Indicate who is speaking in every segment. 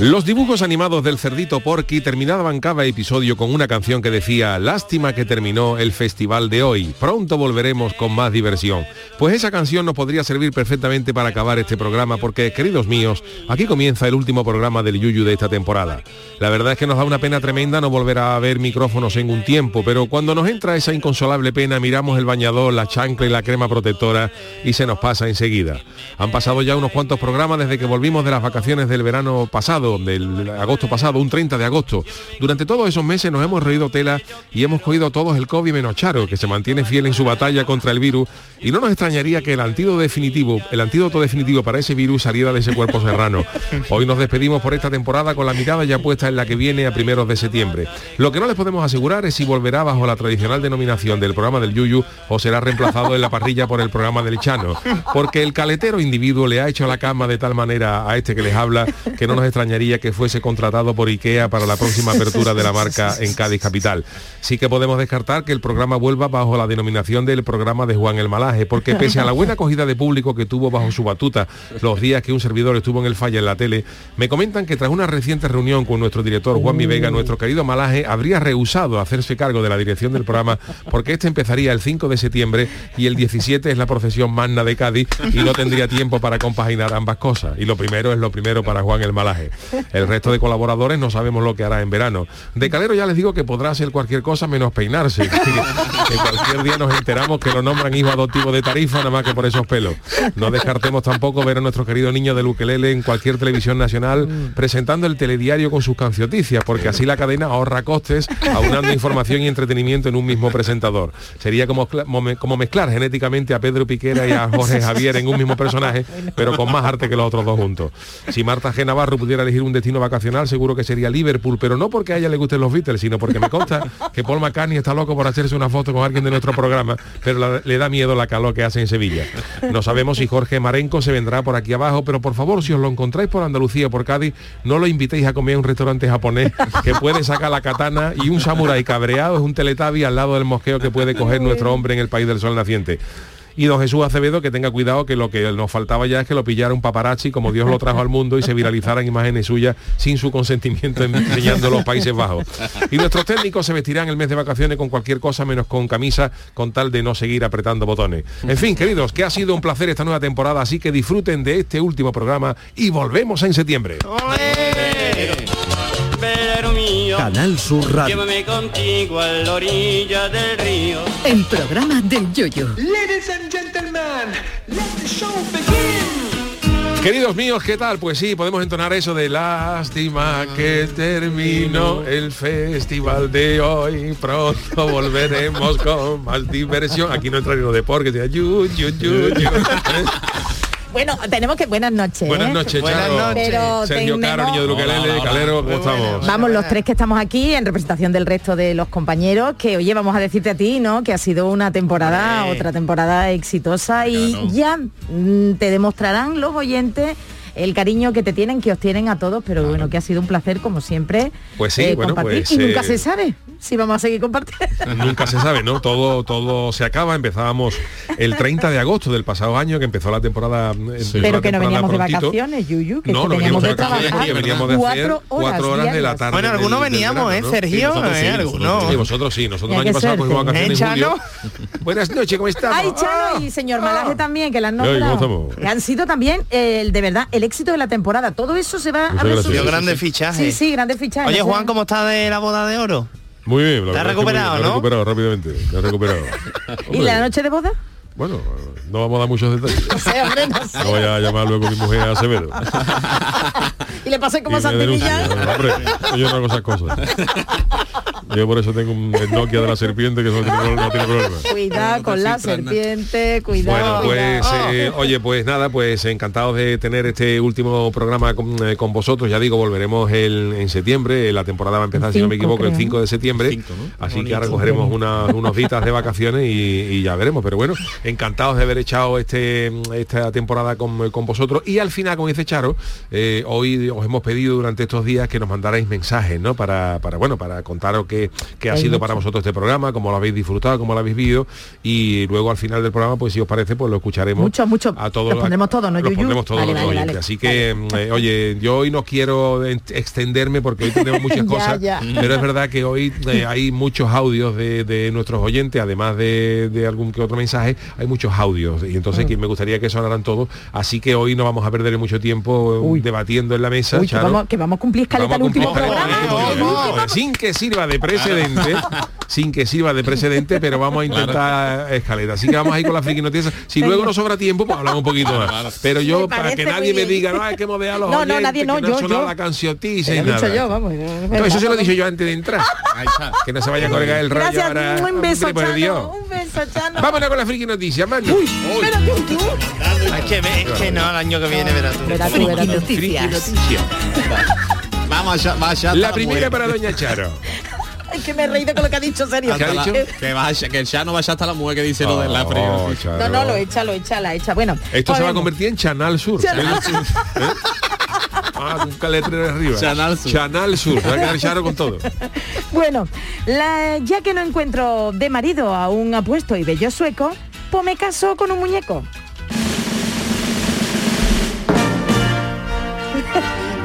Speaker 1: Los dibujos animados del cerdito Porky terminaban cada episodio con una canción que decía Lástima que terminó el festival de hoy, pronto volveremos con más diversión. Pues esa canción nos podría servir perfectamente para acabar este programa porque, queridos míos, aquí comienza el último programa del Yuyu de esta temporada. La verdad es que nos da una pena tremenda no volver a ver micrófonos en un tiempo, pero cuando nos entra esa inconsolable pena miramos el bañador, la chancla y la crema protectora y se nos pasa enseguida. Han pasado ya unos cuantos programas desde que volvimos de las vacaciones del verano pasado del agosto pasado, un 30 de agosto. Durante todos esos meses nos hemos reído tela y hemos cogido todos el COVID menos Charo, que se mantiene fiel en su batalla contra el virus, y no nos extrañaría que el antídoto definitivo, el antídoto definitivo para ese virus saliera de ese cuerpo serrano. Hoy nos despedimos por esta temporada con la mirada ya puesta en la que viene a primeros de septiembre. Lo que no les podemos asegurar es si volverá bajo la tradicional denominación del programa del Yuyu o será reemplazado en la parrilla por el programa del Chano, porque el caletero individuo le ha hecho la cama de tal manera a este que les habla que no nos extrañaría que fuese contratado por IKEA para la próxima apertura de la marca en Cádiz Capital. Sí que podemos descartar que el programa vuelva bajo la denominación del programa de Juan el Malaje, porque pese a la buena acogida de público que tuvo bajo su batuta los días que un servidor estuvo en el falla en la tele, me comentan que tras una reciente reunión con nuestro director Juan Mi Vega, nuestro querido Malaje habría rehusado hacerse cargo de la dirección del programa porque este empezaría el 5 de septiembre y el 17 es la procesión magna de Cádiz y no tendría tiempo para compaginar ambas cosas. Y lo primero es lo primero para Juan el Malaje. El resto de colaboradores no sabemos lo que hará en verano. De Calero ya les digo que podrá hacer cualquier cosa menos peinarse. que cualquier día nos enteramos que lo nombran hijo adoptivo de tarifa, nada más que por esos pelos. No descartemos tampoco ver a nuestro querido niño de Luquelele en cualquier televisión nacional presentando el telediario con sus cancioticias, porque así la cadena ahorra costes aunando información y entretenimiento en un mismo presentador. Sería como, como mezclar genéticamente a Pedro Piquera y a Jorge Javier en un mismo personaje, pero con más arte que los otros dos juntos. Si Marta G. Navarro pudiera elegir un destino vacacional, seguro que sería Liverpool, pero no porque a ella le gusten los Beatles, sino porque me consta que Paul McCartney está loco por hacerse una foto con alguien de nuestro programa, pero la, le da miedo la calor que hace en Sevilla. No sabemos si Jorge Marenco se vendrá por aquí abajo, pero por favor, si os lo encontráis por Andalucía, por Cádiz, no lo invitéis a comer a un restaurante japonés que puede sacar la katana y un samurái cabreado es un teletabi al lado del mosqueo que puede coger nuestro hombre en el país del sol naciente y don Jesús Acevedo que tenga cuidado que lo que nos faltaba ya es que lo pillara un paparazzi como Dios lo trajo al mundo y se viralizaran imágenes suyas sin su consentimiento enseñando los Países Bajos. Y nuestros técnicos se vestirán el mes de vacaciones con cualquier cosa menos con camisa con tal de no seguir apretando botones. En fin, queridos, que ha sido un placer esta nueva temporada, así que disfruten de este último programa y volvemos en septiembre.
Speaker 2: Canal Sur Radio.
Speaker 3: Llévame contigo a la orilla del río.
Speaker 4: El programa del yoyo.
Speaker 5: Ladies and gentlemen, let the show begin.
Speaker 1: Queridos míos, ¿qué tal? Pues sí, podemos entonar eso de lástima que terminó el festival de hoy. Pronto volveremos con más diversión. Aquí no entra ni lo de porque sea yu, yu, yu, yu.
Speaker 6: Bueno, tenemos que buenas noches. ¿eh?
Speaker 1: Buenas noches, Buenas noches. Pero Sergio tenemos... Caro, niño de Luquelele, hola, hola. Calero, ¿cómo estamos?
Speaker 6: Vamos los tres que estamos aquí en representación del resto de los compañeros, que oye, vamos a decirte a ti, ¿no? Que ha sido una temporada, vale. otra temporada exitosa claro, y no. ya mm, te demostrarán los oyentes el cariño que te tienen, que os tienen a todos, pero claro. bueno, que ha sido un placer, como siempre,
Speaker 1: pues sí, eh, bueno,
Speaker 6: compartir.
Speaker 1: Pues,
Speaker 6: y nunca eh... se sabe si vamos a seguir compartiendo.
Speaker 1: Nunca se sabe, ¿no? Todo, todo se acaba. Empezábamos el 30 de agosto del pasado año, que empezó la temporada.
Speaker 6: Sí. Pero la que temporada no veníamos prontito. de vacaciones, Yuyu, que, no, que no teníamos de trabajar.
Speaker 1: Veníamos de cuatro, horas, cuatro horas de la tarde.
Speaker 7: Bueno, algunos del, veníamos, del verano, ¿eh, Sergio?
Speaker 1: ¿no? Sí,
Speaker 7: algunos.
Speaker 1: Sí, vosotros sí, nosotros el año pasado cogimos vacaciones en julio. Buenas noches, ¿cómo estamos? Ah,
Speaker 6: Ay, Chano y señor Malaje también, que las nombrado. Han sido también, de verdad, el éxito de la temporada. Todo eso se va a resolver.
Speaker 7: grandes fichajes.
Speaker 6: Sí, sí, grandes fichajes.
Speaker 7: Oye, Juan, ¿cómo está de la boda de oro?
Speaker 1: Muy bien,
Speaker 7: la, ¿Te has recuperado,
Speaker 1: muy,
Speaker 7: ¿no? La
Speaker 1: he recuperado rápidamente, la he recuperado.
Speaker 6: ¿Y la noche de boda?
Speaker 1: Bueno, no vamos a dar muchos detalles.
Speaker 6: No sé, hombre, no, sé.
Speaker 1: no voy a llamar luego a mi mujer a Acevedo.
Speaker 6: y le pasé como Santi Villán.
Speaker 1: Hombre, yo no hago esas cosas. Yo por eso tengo un Nokia de la serpiente que no tiene, no tiene problema.
Speaker 6: Cuidado con la serpiente, cuidado.
Speaker 1: Bueno, pues eh, oye, pues nada, pues encantados de tener este último programa con, eh, con vosotros. Ya digo, volveremos el, en septiembre. eh, La temporada va a empezar, si no me
Speaker 8: Cinco,
Speaker 1: equivoco, el
Speaker 8: creo.
Speaker 1: 5 de septiembre.
Speaker 8: Cinco, ¿no?
Speaker 1: Así
Speaker 8: Bonito.
Speaker 1: que ahora cogeremos una- unos días de vacaciones y, y ya veremos. Pero bueno, encantados de haber echado este, esta temporada con, con vosotros. Y al final, como dice Charo, eh, hoy os hemos pedido durante estos días que nos mandarais mensajes, ¿no? Para, para bueno, para contaros qué, qué ha
Speaker 9: Hay
Speaker 1: sido
Speaker 9: mucho.
Speaker 1: para vosotros este programa, cómo lo habéis disfrutado, cómo lo habéis vivido. Y luego al final del programa, pues si os parece, pues lo escucharemos.
Speaker 6: Mucho, mucho.
Speaker 1: A todos
Speaker 6: Los pondremos todos, ¿no,
Speaker 1: Los
Speaker 6: Yuyu?
Speaker 1: pondremos todos
Speaker 6: Vale,
Speaker 1: los
Speaker 6: vale,
Speaker 1: oyentes.
Speaker 6: dale.
Speaker 1: Así que, eh, oye, yo hoy no quiero en- extenderme porque hoy tenemos muchas
Speaker 6: Ya,
Speaker 1: cosas,
Speaker 6: ya.
Speaker 1: pero es verdad que hoy eh, hay muchos audios de, de nuestros oyentes, además de, de algún que otro mensaje, hay muchos audios. Y entonces que me gustaría que sonaran todos. Así que hoy no vamos a perder mucho tiempo eh, debatiendo en la mesa.
Speaker 6: Uy, que
Speaker 1: Charo.
Speaker 6: vamos, que vamos a cumplir escaleta el
Speaker 1: Vamos a
Speaker 6: último
Speaker 1: cumplir
Speaker 6: programa. pues.
Speaker 1: escaleta el último programa. Sin que sirva de precedente, sin que sirva de precedente, pero vamos a intentar escaleta. Así que vamos a ir con la friki noticias. Si
Speaker 6: Venga.
Speaker 1: luego nos sobra tiempo, pues hablamos un poquito más. Pero yo,
Speaker 6: Me
Speaker 1: para
Speaker 6: parece
Speaker 1: que
Speaker 6: muy
Speaker 1: nadie me
Speaker 6: bien.
Speaker 1: diga, no, hay que mover a los
Speaker 6: No, no,
Speaker 1: oyentes,
Speaker 6: nadie, no,
Speaker 1: que
Speaker 6: yo,
Speaker 1: ha sonado
Speaker 6: yo.
Speaker 1: la canción tiza y
Speaker 6: Lo he dicho
Speaker 1: nada.
Speaker 6: yo, vamos. es
Speaker 1: No, eso
Speaker 6: verdad.
Speaker 1: se lo he dicho yo antes de entrar. Que no se vaya a colgar el rayo
Speaker 6: Gracias,
Speaker 1: ahora.
Speaker 6: un beso,
Speaker 1: hombre, por Dios.
Speaker 6: Chano. Un beso, Chano.
Speaker 1: Vámonos con la friki noticia, Mario.
Speaker 6: Pero tú, tú.
Speaker 7: Es que, ve- es que no, el año que viene verás tú.
Speaker 6: Verás tú, verás tú.
Speaker 8: Vamos allá, vamos allá. hasta
Speaker 1: La primera
Speaker 8: muerte.
Speaker 1: para Doña Charo.
Speaker 6: Ay, que me he reído con lo que ha dicho, serio.
Speaker 8: Hasta
Speaker 1: ¿Qué ha
Speaker 8: la-
Speaker 1: dicho?
Speaker 8: Que, vaya, que el Chano vaya hasta la mujer que dice lo de la
Speaker 1: Oh,
Speaker 8: frío.
Speaker 1: Charo.
Speaker 6: No, no, lo echa, lo echa, la echa. Bueno,
Speaker 1: Esto se va a
Speaker 6: volvemos.
Speaker 1: convertir en Chanal Sur.
Speaker 6: Chanal
Speaker 1: Sur. Ah, con un caletrero arriba.
Speaker 8: Chanal Sur.
Speaker 1: Chanal Sur. Se va a quedar Charo con todo.
Speaker 6: Bueno, la- ya que no encuentro de marido a un apuesto y bello sueco, pues me caso con un muñeco.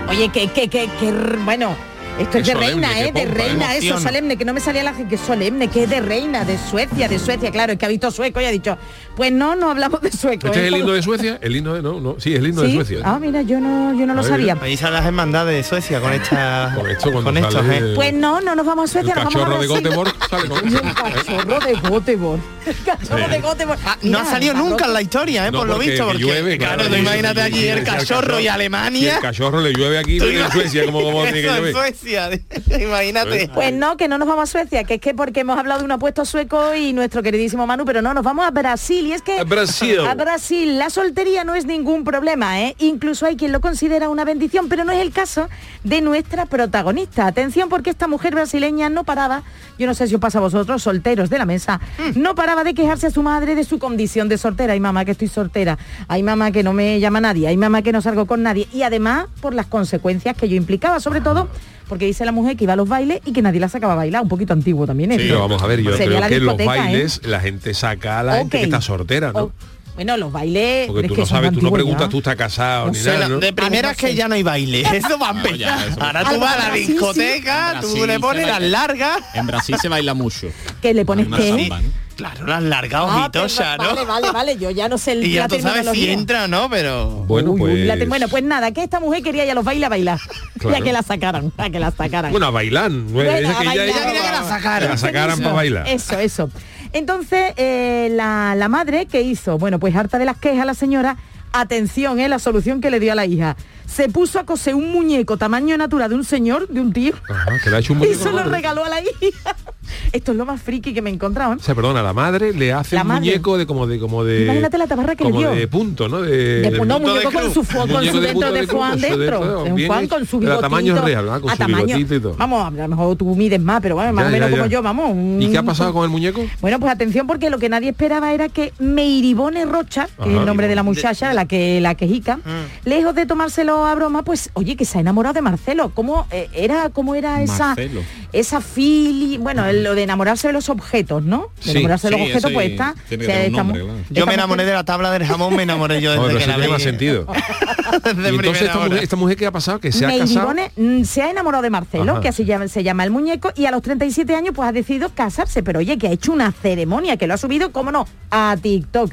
Speaker 6: Oye, que, que, que, que r- bueno, esto es
Speaker 1: Qué
Speaker 6: de
Speaker 1: solemne,
Speaker 6: reina,
Speaker 1: qué
Speaker 6: ¿eh? De
Speaker 1: pompa,
Speaker 6: reina,
Speaker 7: emoción.
Speaker 6: eso, solemne, que no me salía la que solemne, que es de reina, de Suecia, de Suecia, claro, es que ha visto sueco y ha dicho, pues no, no hablamos de sueco.
Speaker 1: ¿Este
Speaker 6: ¿eh?
Speaker 1: es el himno de Suecia? El himno de... No, no. Sí, es el himno de
Speaker 6: ¿Sí?
Speaker 1: Suecia.
Speaker 6: Ah, mira, yo no, yo no lo
Speaker 1: Ahí,
Speaker 6: sabía.
Speaker 7: Ahí salen las hermandades de Suecia con esta
Speaker 1: Con esto, cuando
Speaker 7: con estos,
Speaker 1: sale
Speaker 7: ¿eh?
Speaker 1: el-
Speaker 6: Pues no, no nos vamos a
Speaker 1: El
Speaker 6: Suecia, nos vamos a
Speaker 1: cachorro de
Speaker 6: Brasil.
Speaker 1: Göteborg sale con
Speaker 6: Y
Speaker 1: eso.
Speaker 6: el cachorro de Göteborg. El cachorro
Speaker 1: Sí.
Speaker 6: de Göteborg.
Speaker 7: Ah, no ha
Speaker 6: Mira,
Speaker 7: salido
Speaker 6: Marruecos.
Speaker 7: nunca en la historia, ¿eh?
Speaker 1: No,
Speaker 7: por lo
Speaker 1: porque
Speaker 7: visto, porque
Speaker 1: llueve,
Speaker 7: claro,
Speaker 1: claro,
Speaker 7: tú
Speaker 1: y-
Speaker 7: imagínate
Speaker 1: y-
Speaker 7: allí
Speaker 1: y
Speaker 7: el
Speaker 1: el
Speaker 7: cachorro y
Speaker 1: cachorro- Si el
Speaker 7: Alemania.
Speaker 1: cachorro le llueve aquí
Speaker 7: Tú
Speaker 1: en Suecia, como como tiene que
Speaker 7: Eso
Speaker 1: llover.
Speaker 7: en Suecia, imagínate.
Speaker 6: Pues no, que no nos vamos a Suecia, que es que porque hemos hablado de un apuesto sueco y nuestro queridísimo Manu, pero no, nos vamos a Brasil. Y es que
Speaker 1: A Brasil.
Speaker 6: a Brasil la soltería no es ningún problema, ¿eh? Incluso hay quien lo considera una bendición, pero no es el caso de nuestra protagonista. Atención porque esta mujer brasileña no paraba, yo no sé si os pasa a vosotros, solteros de la mesa, no paraba de quejarse a su madre de su condición de soltera. Ay mamá, que estoy soltera. Ay mamá, que no me llama nadie. Ay mamá, que no salgo con nadie. Y además por las consecuencias que yo implicaba, sobre todo porque dice la mujer que iba a los bailes y que nadie la sacaba a bailar. Un poquito antiguo también
Speaker 1: Sí,
Speaker 6: esto.
Speaker 1: pero vamos a ver, yo
Speaker 6: Sería
Speaker 1: creo
Speaker 6: la
Speaker 1: que en los
Speaker 6: discoteca, ¿eh?
Speaker 1: bailes la gente saca a la gente que
Speaker 6: Ok.
Speaker 1: está sortera, ¿no?
Speaker 6: O- bueno, los bailes.
Speaker 1: Porque
Speaker 6: es
Speaker 1: tú
Speaker 6: que
Speaker 1: no
Speaker 6: son
Speaker 1: sabes, tú no
Speaker 6: antiguos
Speaker 1: preguntas,
Speaker 6: ya.
Speaker 1: tú estás casado
Speaker 6: No
Speaker 1: ni
Speaker 6: sé,
Speaker 1: nada, ¿no? Ah,
Speaker 7: De primera
Speaker 6: Algo
Speaker 7: es que
Speaker 6: así.
Speaker 7: ya no hay baile, eso va a
Speaker 8: No, ya,
Speaker 7: empezar.
Speaker 8: eso-
Speaker 7: Ahora
Speaker 6: Algo
Speaker 7: tú vas a la
Speaker 6: Brasil, sí.
Speaker 7: discoteca, tú
Speaker 8: Brasil,
Speaker 7: le pones
Speaker 8: se
Speaker 7: las
Speaker 8: baila.
Speaker 7: largas.
Speaker 8: En Brasil se baila mucho.
Speaker 6: Que le pones
Speaker 8: Una
Speaker 6: que.
Speaker 8: samba, ¿no?
Speaker 7: Claro, las largas
Speaker 6: este. Ah, perdón,
Speaker 7: ojitosas, ¿no?
Speaker 6: Vale, vale, vale, yo ya no sé el
Speaker 7: Y ya
Speaker 6: la
Speaker 7: tú sabes si
Speaker 6: terminología.
Speaker 7: entra o no, pero...
Speaker 1: Bueno,
Speaker 6: Uy,
Speaker 1: pues...
Speaker 6: uy, la te- bueno, pues nada, que esta mujer quería ya los bailes a bailar. Ya
Speaker 1: Claro.
Speaker 6: que la sacaran, ya que la sacaran.
Speaker 1: Bueno, a bailar. ¿no?
Speaker 6: Bueno,
Speaker 1: Es
Speaker 6: a
Speaker 1: que ya-
Speaker 6: bailar.
Speaker 7: Ella quería que la sacaran.
Speaker 1: Que la sacaran para bailar.
Speaker 6: Eso, eso. Entonces, eh, la, la madre, ¿qué hizo? Bueno, pues harta de las quejas la señora, atención, eh, la solución que le dio a la hija. Se puso a coser un muñeco tamaño natural de un señor, de un tío,
Speaker 1: Ajá, que le ha hecho un
Speaker 6: y
Speaker 1: muñeco la
Speaker 6: se lo
Speaker 1: madre.
Speaker 6: regaló a la hija. Esto es lo más friki que me he encontrado. ¿eh?
Speaker 1: O sea, perdona, la madre le hace
Speaker 6: La
Speaker 1: un
Speaker 6: madre.
Speaker 1: muñeco de como de como de
Speaker 6: Imagínate la tabarra que le
Speaker 1: como
Speaker 6: dio.
Speaker 1: de punto, ¿no? De,
Speaker 6: De-
Speaker 1: de
Speaker 6: no,
Speaker 1: punto
Speaker 6: muñeco
Speaker 1: de
Speaker 6: con
Speaker 1: cruz.
Speaker 6: su fo- con
Speaker 1: Muñeco
Speaker 6: su dentro
Speaker 1: punto
Speaker 6: de Juan
Speaker 1: cruz, su
Speaker 6: dentro. De un
Speaker 1: bien
Speaker 6: Juan
Speaker 1: hecho.
Speaker 6: con
Speaker 1: Pero
Speaker 6: su bigotito.
Speaker 1: a tamaño real, ¿verdad? Con
Speaker 6: a
Speaker 1: su
Speaker 6: tamaño-
Speaker 1: bigotito y todo.
Speaker 6: Vamos, a lo mejor tú mides más, pero bueno, más
Speaker 1: Ya,
Speaker 6: o menos
Speaker 1: ya,
Speaker 6: como
Speaker 1: ya.
Speaker 6: yo, vamos.
Speaker 1: ¿Y qué ha
Speaker 6: un-
Speaker 1: pasado con el muñeco?
Speaker 6: Bueno, pues atención porque lo que nadie esperaba era que Meiribone Rocha, que es
Speaker 1: Ajá. Ah.
Speaker 6: el nombre de la muchacha, la que la quejica, lejos de tomárselo a broma, pues oye, que se ha enamorado de Marcelo. ¿Cómo eh, era cómo era esa
Speaker 8: Marcelo.
Speaker 6: esa fili, bueno, el- lo de enamorarse de los objetos, ¿no? De
Speaker 1: Sí,
Speaker 6: enamorarse de los
Speaker 8: sí,
Speaker 6: objetos
Speaker 8: eso
Speaker 6: pues
Speaker 8: y-
Speaker 6: está.
Speaker 8: tiene que tener un nombre, claro.
Speaker 7: Yo me enamoré de la tabla del jamón, me enamoré yo
Speaker 1: Hombre,
Speaker 7: desde que
Speaker 1: eso
Speaker 7: la
Speaker 1: tiene
Speaker 7: vi.
Speaker 1: más pues sentido.
Speaker 7: Desde
Speaker 1: y entonces
Speaker 7: primera
Speaker 1: esta mujer,
Speaker 7: hora.
Speaker 1: esta mujer, qué ha pasado, que se ha casado.
Speaker 6: Meiribone mm, se ha enamorado de Marcelo,
Speaker 1: Ajá.
Speaker 6: que así llama- se llama el muñeco, y a los 37 años pues ha decidido casarse, pero oye, que ha hecho una ceremonia, que lo ha subido, cómo no, a TikTok.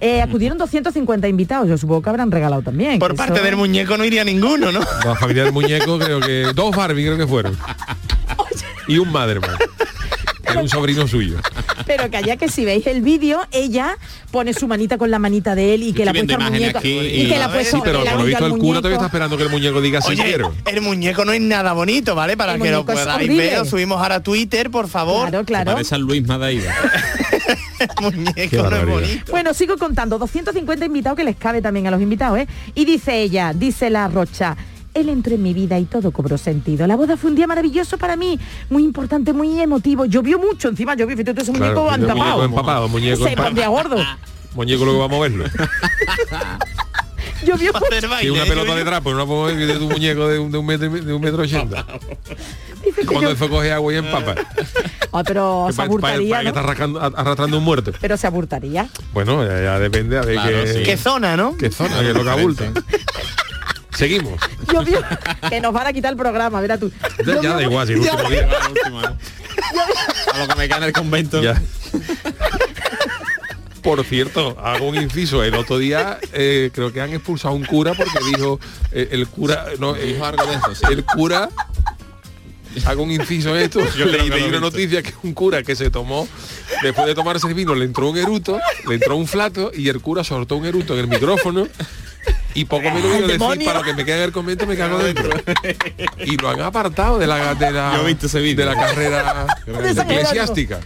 Speaker 6: Eh, acudieron 250 invitados, yo supongo que habrán regalado también.
Speaker 7: Por
Speaker 6: que
Speaker 7: parte
Speaker 6: eso-
Speaker 7: del muñeco no iría ninguno, ¿no?
Speaker 1: La familia del muñeco, creo que dos Barbie creo que fueron. y un madre más. Era un sobrino suyo.
Speaker 6: Pero que allá que si veis el vídeo, ella pone su manita con la manita de él y que la ha puesto al muñeco. Y que la ha puesto
Speaker 1: Sí, pero
Speaker 6: que la
Speaker 1: por lo
Speaker 6: uña
Speaker 1: visto
Speaker 6: al
Speaker 1: el cura todavía
Speaker 6: muñeco.
Speaker 1: está esperando que el muñeco diga sí
Speaker 7: Oye,
Speaker 1: quiero.
Speaker 7: el muñeco no es nada bonito, ¿vale? Para
Speaker 6: El
Speaker 7: que lo
Speaker 6: muñeco es
Speaker 7: podáis
Speaker 6: horrible.
Speaker 7: ver, lo subimos ahora a Twitter, por favor.
Speaker 6: Claro, claro.
Speaker 8: Parece San Luis Madaida.
Speaker 7: muñeco no es bonito.
Speaker 6: Bueno, sigo contando, 250 invitados que les cabe también a los invitados, ¿eh? Y dice ella, dice la Rocha, él entró en mi vida y todo cobró sentido. La boda fue un día maravilloso para mí, muy importante, muy emotivo. Llovió mucho, encima llovió, fíjate, tú, ese
Speaker 1: Claro,
Speaker 6: muñeco
Speaker 1: muñeco
Speaker 6: empapado.
Speaker 1: empapado, muñeco
Speaker 6: Se
Speaker 1: empapado.
Speaker 6: pondría gordo.
Speaker 1: Muñeco luego va a moverlo.
Speaker 6: Llovió mucho.
Speaker 7: Hacer baile,
Speaker 1: Y una
Speaker 7: yo
Speaker 1: pelota
Speaker 7: digo,
Speaker 1: de trapo, no puedo mover de tu muñeco de un, de un metro y me- de un metro ochenta.
Speaker 6: Dice que
Speaker 1: Cuando
Speaker 6: yo-
Speaker 1: eso coge agua y empapa.
Speaker 6: Ah, pero
Speaker 1: Pa-
Speaker 6: se
Speaker 1: pa- pa-
Speaker 6: aburtaría,
Speaker 1: que
Speaker 6: ¿no?
Speaker 1: está arrastrando, arrastrando un muerto.
Speaker 6: Pero se aburtaría.
Speaker 1: Bueno, ya, ya depende a ver
Speaker 8: Claro,
Speaker 1: qué,
Speaker 8: sí.
Speaker 7: ¿Qué zona, no?
Speaker 1: qué zona, que es lo que abulta. Seguimos.
Speaker 6: Llovió, que nos van a quitar el programa, verá tú.
Speaker 1: Ya, ya da igual, si el último día.
Speaker 8: La última. A lo que me queda en el convento.
Speaker 1: Ya. Por cierto, hago un inciso. El otro día eh, creo que han expulsado a un cura porque dijo eh, el cura no eh,
Speaker 8: Dijo algo de eso, sí.
Speaker 1: el cura hago un inciso en esto.
Speaker 8: Yo
Speaker 1: Yo
Speaker 8: creo
Speaker 1: leí leí
Speaker 8: que lo he
Speaker 1: una
Speaker 8: visto.
Speaker 1: noticia que un cura que se tomó después de tomarse el vino le entró un eruto, le entró un flato y el cura soltó un eruto en el micrófono. Y poco menos yo decir,
Speaker 6: demonio!
Speaker 1: para lo que me quede en el convento me cago dentro. Y lo han apartado de la, de la,
Speaker 8: Yo he visto ese vídeo.
Speaker 1: de la carrera
Speaker 6: San
Speaker 1: eclesiástica.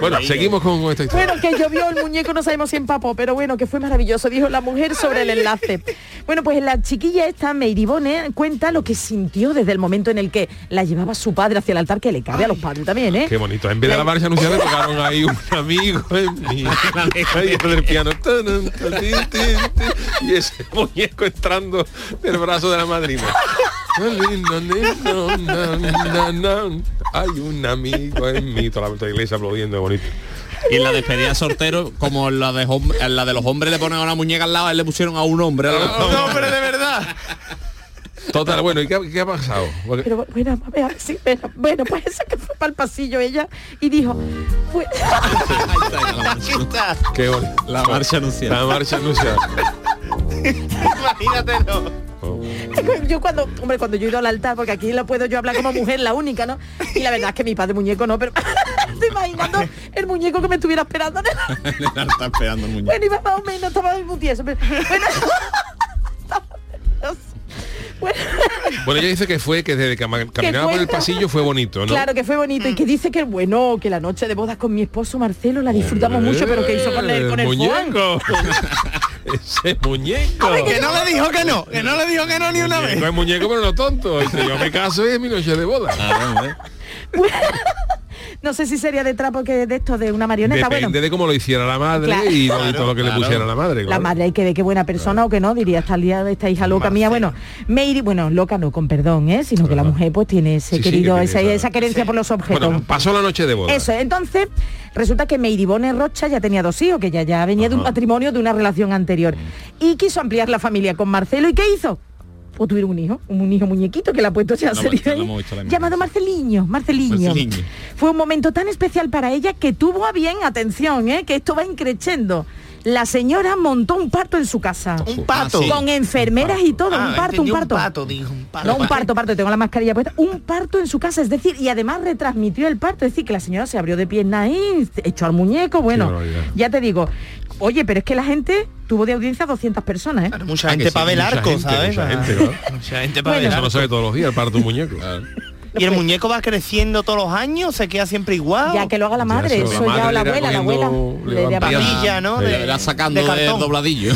Speaker 1: Bueno, seguimos con esta historia.
Speaker 6: Bueno, que llovió el muñeco, no sabemos si empapó, pero bueno, que fue maravilloso, dijo la mujer sobre el enlace. Bueno, pues la chiquilla esta, Meiribone, cuenta lo que sintió desde el momento en el que la llevaba su padre hacia el altar, que le cabe a los padres también, ¿eh?
Speaker 1: Qué bonito. En vez de la marcha anunciada le tocaron ahí un amigo en mí. Ahí en el piano. Tanun, tatín, tin, tin. Y ese muñeco entrando del brazo de la madrina. Hay un amigo en mí. Toda la, toda la iglesia aplaudiendo, bonito.
Speaker 8: Y en la despedida de sortero, como en la de, hom- en la de los hombres le ponen a una muñeca al lado, a él le pusieron a un hombre. al lado.
Speaker 7: No, pero de verdad.
Speaker 1: Total, bueno, ¿y qué, ha- qué ha pasado? Porque-
Speaker 6: Pero bueno, a ver, sí, pero, bueno, pues esa que fue para el pasillo ella y dijo, pues,
Speaker 8: Ahí está, la marcha.
Speaker 7: Aquí está.
Speaker 1: Qué bonito.
Speaker 8: La marcha anunciada.
Speaker 1: La marcha anunciada.
Speaker 7: Imagínatelo.
Speaker 1: Oh.
Speaker 6: yo cuando, hombre, cuando yo he ido al altar, porque aquí la puedo yo hablar como mujer, la única, ¿no? Y la verdad es que mi padre muñeco no, pero estoy imaginando el muñeco que me estuviera esperando en el altar.
Speaker 8: Le está esperando el muñeco.
Speaker 6: Bueno, iba más o menos, estaba muy tieso, pero bueno. estaba nervioso. Bueno,
Speaker 1: Bueno, ella dice que fue que desde que ama- caminaba por el
Speaker 6: bueno.
Speaker 1: pasillo fue bonito, ¿no?
Speaker 6: claro que fue bonito y que dice que bueno, que la noche de bodas con mi esposo Marcelo la disfrutamos mucho, pero que hizo con el, con el Juan.
Speaker 1: muñeco. Ese muñeco.
Speaker 7: Que no le dijo que no, que no le dijo que no ni una vez.
Speaker 1: No es muñeco, pero no tonto. Dice, yo me caso y es mi noche de boda.
Speaker 8: Ah,
Speaker 6: No sé si sería de trapo que de esto de una marioneta,
Speaker 1: Depende
Speaker 6: bueno.
Speaker 1: de cómo lo hiciera la madre
Speaker 6: Claro.
Speaker 1: y, no- y todo lo que le pusiera la madre.
Speaker 6: La
Speaker 1: claro.
Speaker 6: madre hay que ver qué buena persona o que no, diría esta, lia- esta hija loca mía. Bueno, Meiri, bueno, loca no, con perdón, ¿eh? sino que la mujer pues tiene
Speaker 1: Sí,
Speaker 6: ese
Speaker 1: sí,
Speaker 6: querido,
Speaker 1: que tiene
Speaker 6: esa,
Speaker 1: esa-
Speaker 6: esa querencia por los objetos.
Speaker 1: Bueno, pasó la noche de boda.
Speaker 6: Eso, es. entonces resulta que Meiribone Rocha ya tenía dos hijos, que ya, ya venía de un matrimonio, de una relación anterior. Y quiso ampliar la familia con Marcelo. ¿Y qué hizo? Pues tuvieron un hijo, un hijo muñequito que la ha puesto ya
Speaker 8: No,
Speaker 6: sería
Speaker 8: Marcelo,
Speaker 6: ahí,
Speaker 8: hemos visto la imagen.
Speaker 6: llamado Marceliño, Marceliño.
Speaker 8: Marceliño.
Speaker 6: Fue un momento tan especial para ella que tuvo a bien, atención, ¿eh? que esto va increciendo. La señora montó un parto en su casa.
Speaker 7: Un pato.
Speaker 8: Ah, sí.
Speaker 6: Con enfermeras y todo,
Speaker 7: Ah,
Speaker 6: un parto, un
Speaker 7: entendí,
Speaker 6: parto.
Speaker 7: Un pato, dijo, un pato.
Speaker 6: No, un parto, parto, tengo la mascarilla puesta. Un parto en su casa, es decir, y además retransmitió el parto, es decir, que la señora se abrió de pierna ahí, echó al muñeco, bueno,
Speaker 1: barbaridad.
Speaker 6: ya te digo, oye, pero es que la gente tuvo de audiencia 200 personas, ¿eh?
Speaker 7: Claro, mucha
Speaker 8: Ah, que
Speaker 7: gente
Speaker 8: sí,
Speaker 7: para ver el
Speaker 1: mucha
Speaker 7: arco,
Speaker 1: gente,
Speaker 7: ¿sabes?
Speaker 1: mucha
Speaker 7: Ah,
Speaker 1: gente, ¿verdad?
Speaker 7: mucha gente para
Speaker 6: Bueno.
Speaker 1: Eso no sabe todos los días, el parto de un muñeco.
Speaker 7: Y el muñeco va creciendo todos los años, se queda siempre igual.
Speaker 6: Ya que lo haga la madre,
Speaker 1: eso, la
Speaker 6: eso ya
Speaker 1: madre
Speaker 6: o la
Speaker 1: le irá
Speaker 6: abuela, la abuela.
Speaker 1: cogiendo- le
Speaker 6: le- le
Speaker 1: van
Speaker 6: apaga-
Speaker 1: pillando.
Speaker 7: Papilla, ¿no?
Speaker 1: Sí.
Speaker 7: De-
Speaker 8: Le va sacando el
Speaker 7: de cartón.
Speaker 8: dobladillo.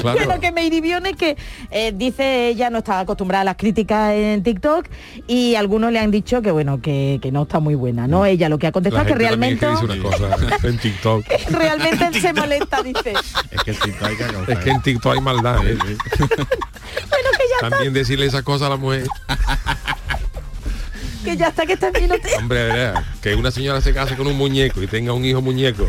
Speaker 1: Claro.
Speaker 6: Que lo que me hirió es que eh, dice ella no está acostumbrada a las críticas en TikTok y algunos le han dicho que bueno, que, que no está muy buena, ¿no? Ella lo que ha
Speaker 1: Mm. La
Speaker 6: contestado es que
Speaker 1: gente también es
Speaker 6: realmente
Speaker 1: que dice una cosa en TikTok.
Speaker 6: realmente se molesta, dice.
Speaker 8: es que el TikTok hay que
Speaker 1: Es que en TikTok hay maldad. ¿eh? También decirle esas cosas a la mujer.
Speaker 6: Que ya está que está bien.
Speaker 1: Hombre, de verdad, que una señora se case con un muñeco y tenga un hijo muñeco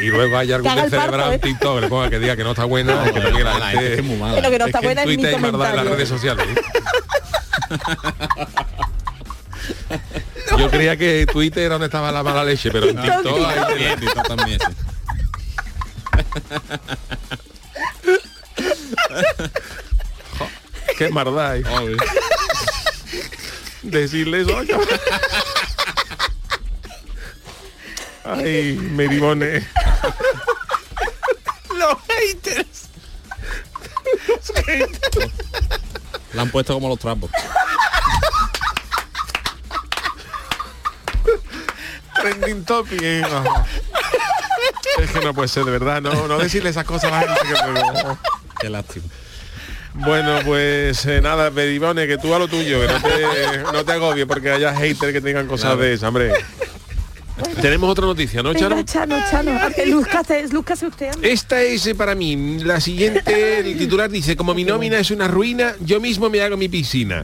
Speaker 1: y luego haya algún
Speaker 6: haga el
Speaker 1: descerebrado
Speaker 6: parto,
Speaker 1: en
Speaker 6: ¿eh?
Speaker 1: TikTok que le ponga que diga que no está buena, que no, que la gente-
Speaker 8: es muy mala.
Speaker 6: Pero que no está
Speaker 1: es que
Speaker 6: buena
Speaker 1: en
Speaker 6: es mi
Speaker 1: Twitter hay maldad en las
Speaker 6: comentario.
Speaker 1: redes sociales. ¿eh? ¿eh? Yo creía que Twitter era donde estaba la mala leche, pero en
Speaker 8: TikTok
Speaker 1: TikTok hay-
Speaker 8: también, TikTok también. sí.
Speaker 1: qué maldad hay.
Speaker 8: Obvio.
Speaker 1: Decirle eso. Ay, Meribone.
Speaker 7: Los haters.
Speaker 8: La han puesto como los trampos.
Speaker 1: Trending topic. eh. Ajá. Es que no puede ser, de verdad. No, no decirle esas cosas a la gente que luego-
Speaker 8: Qué lástima.
Speaker 1: Bueno, pues eh, nada, Meribone, que tú a lo tuyo, que no te, no te agobies porque haya haters que tengan cosas
Speaker 8: Claro.
Speaker 1: de esas, hombre. Tenemos otra noticia, ¿no, Charo?
Speaker 6: Venga, Chano, Chano, hazte- lúzcase, lúzcase usted. anda.
Speaker 1: Esta es eh, para mí la siguiente, el titular dice, como mi nómina es una ruina, yo mismo me hago mi piscina.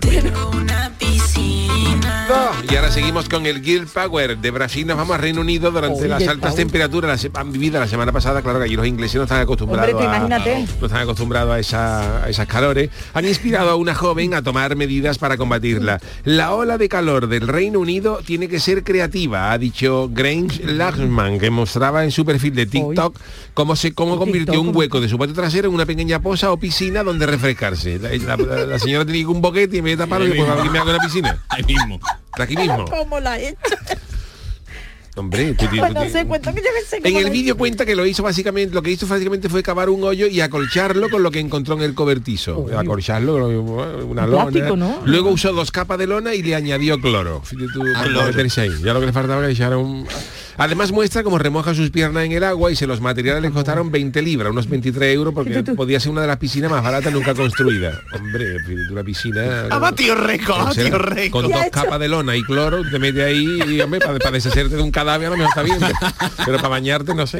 Speaker 1: Y ahora seguimos con el Guild Power de Brasil. Nos vamos a Reino Unido durante
Speaker 6: Oh,
Speaker 1: las
Speaker 6: Guild
Speaker 1: altas
Speaker 6: Power.
Speaker 1: temperaturas la se- han vivido la semana pasada. Claro que allí los ingleses no están acostumbrados
Speaker 6: Hombre, tú
Speaker 1: a-
Speaker 6: imagínate.
Speaker 1: no están acostumbrados a, esa- a esas calores. Han inspirado a una joven a tomar medidas para combatirla. La ola de calor del Reino Unido tiene que ser creativa, ha dicho Grange Lachman, que mostraba en su perfil de TikTok cómo se cómo convirtió un hueco de su patio trasero en una pequeña poza o piscina donde refrescarse. La, la- la- la señora tenía un boquete y me taparon y pues aquí me hago una piscina.
Speaker 8: Ahí mismo.
Speaker 1: De Aquí mismo.
Speaker 6: ¿Cómo la he hecho?
Speaker 1: Hombre, tú tienes-
Speaker 6: Pues no
Speaker 1: tú
Speaker 6: sé,
Speaker 1: tienes-
Speaker 6: cuento que yo me sé
Speaker 1: en
Speaker 6: cómo
Speaker 1: el
Speaker 6: la he
Speaker 1: vídeo
Speaker 6: hecho.
Speaker 1: cuenta que lo hizo básicamente, lo que hizo básicamente fue cavar un hoyo y acolcharlo con lo que encontró en el cobertizo. Acolcharlo con lo- ¿eh? una
Speaker 6: Un
Speaker 1: lona.
Speaker 6: plástico, ¿no?
Speaker 1: Luego usó dos capas de lona y le añadió cloro. Fíjate tú, para
Speaker 7: cloro.
Speaker 1: meterse ahí. Ya lo que le faltaba era echar un- Además muestra cómo remoja sus piernas en el agua y se los materiales le costaron 20 libras, unos 23 euros, porque podía ser una de las piscinas más baratas nunca construidas. Hombre, fíjate, una piscina...
Speaker 6: Ah,
Speaker 7: Ha batido récord, ha
Speaker 1: Eh, Con, ser-
Speaker 7: batido récord.
Speaker 1: con
Speaker 6: Ya
Speaker 1: dos
Speaker 6: he hecho.
Speaker 1: capas de lona y cloro, te mete ahí y hombre, para, para deshacerte de un cadáver a lo mejor está bien. Pero para bañarte no sé.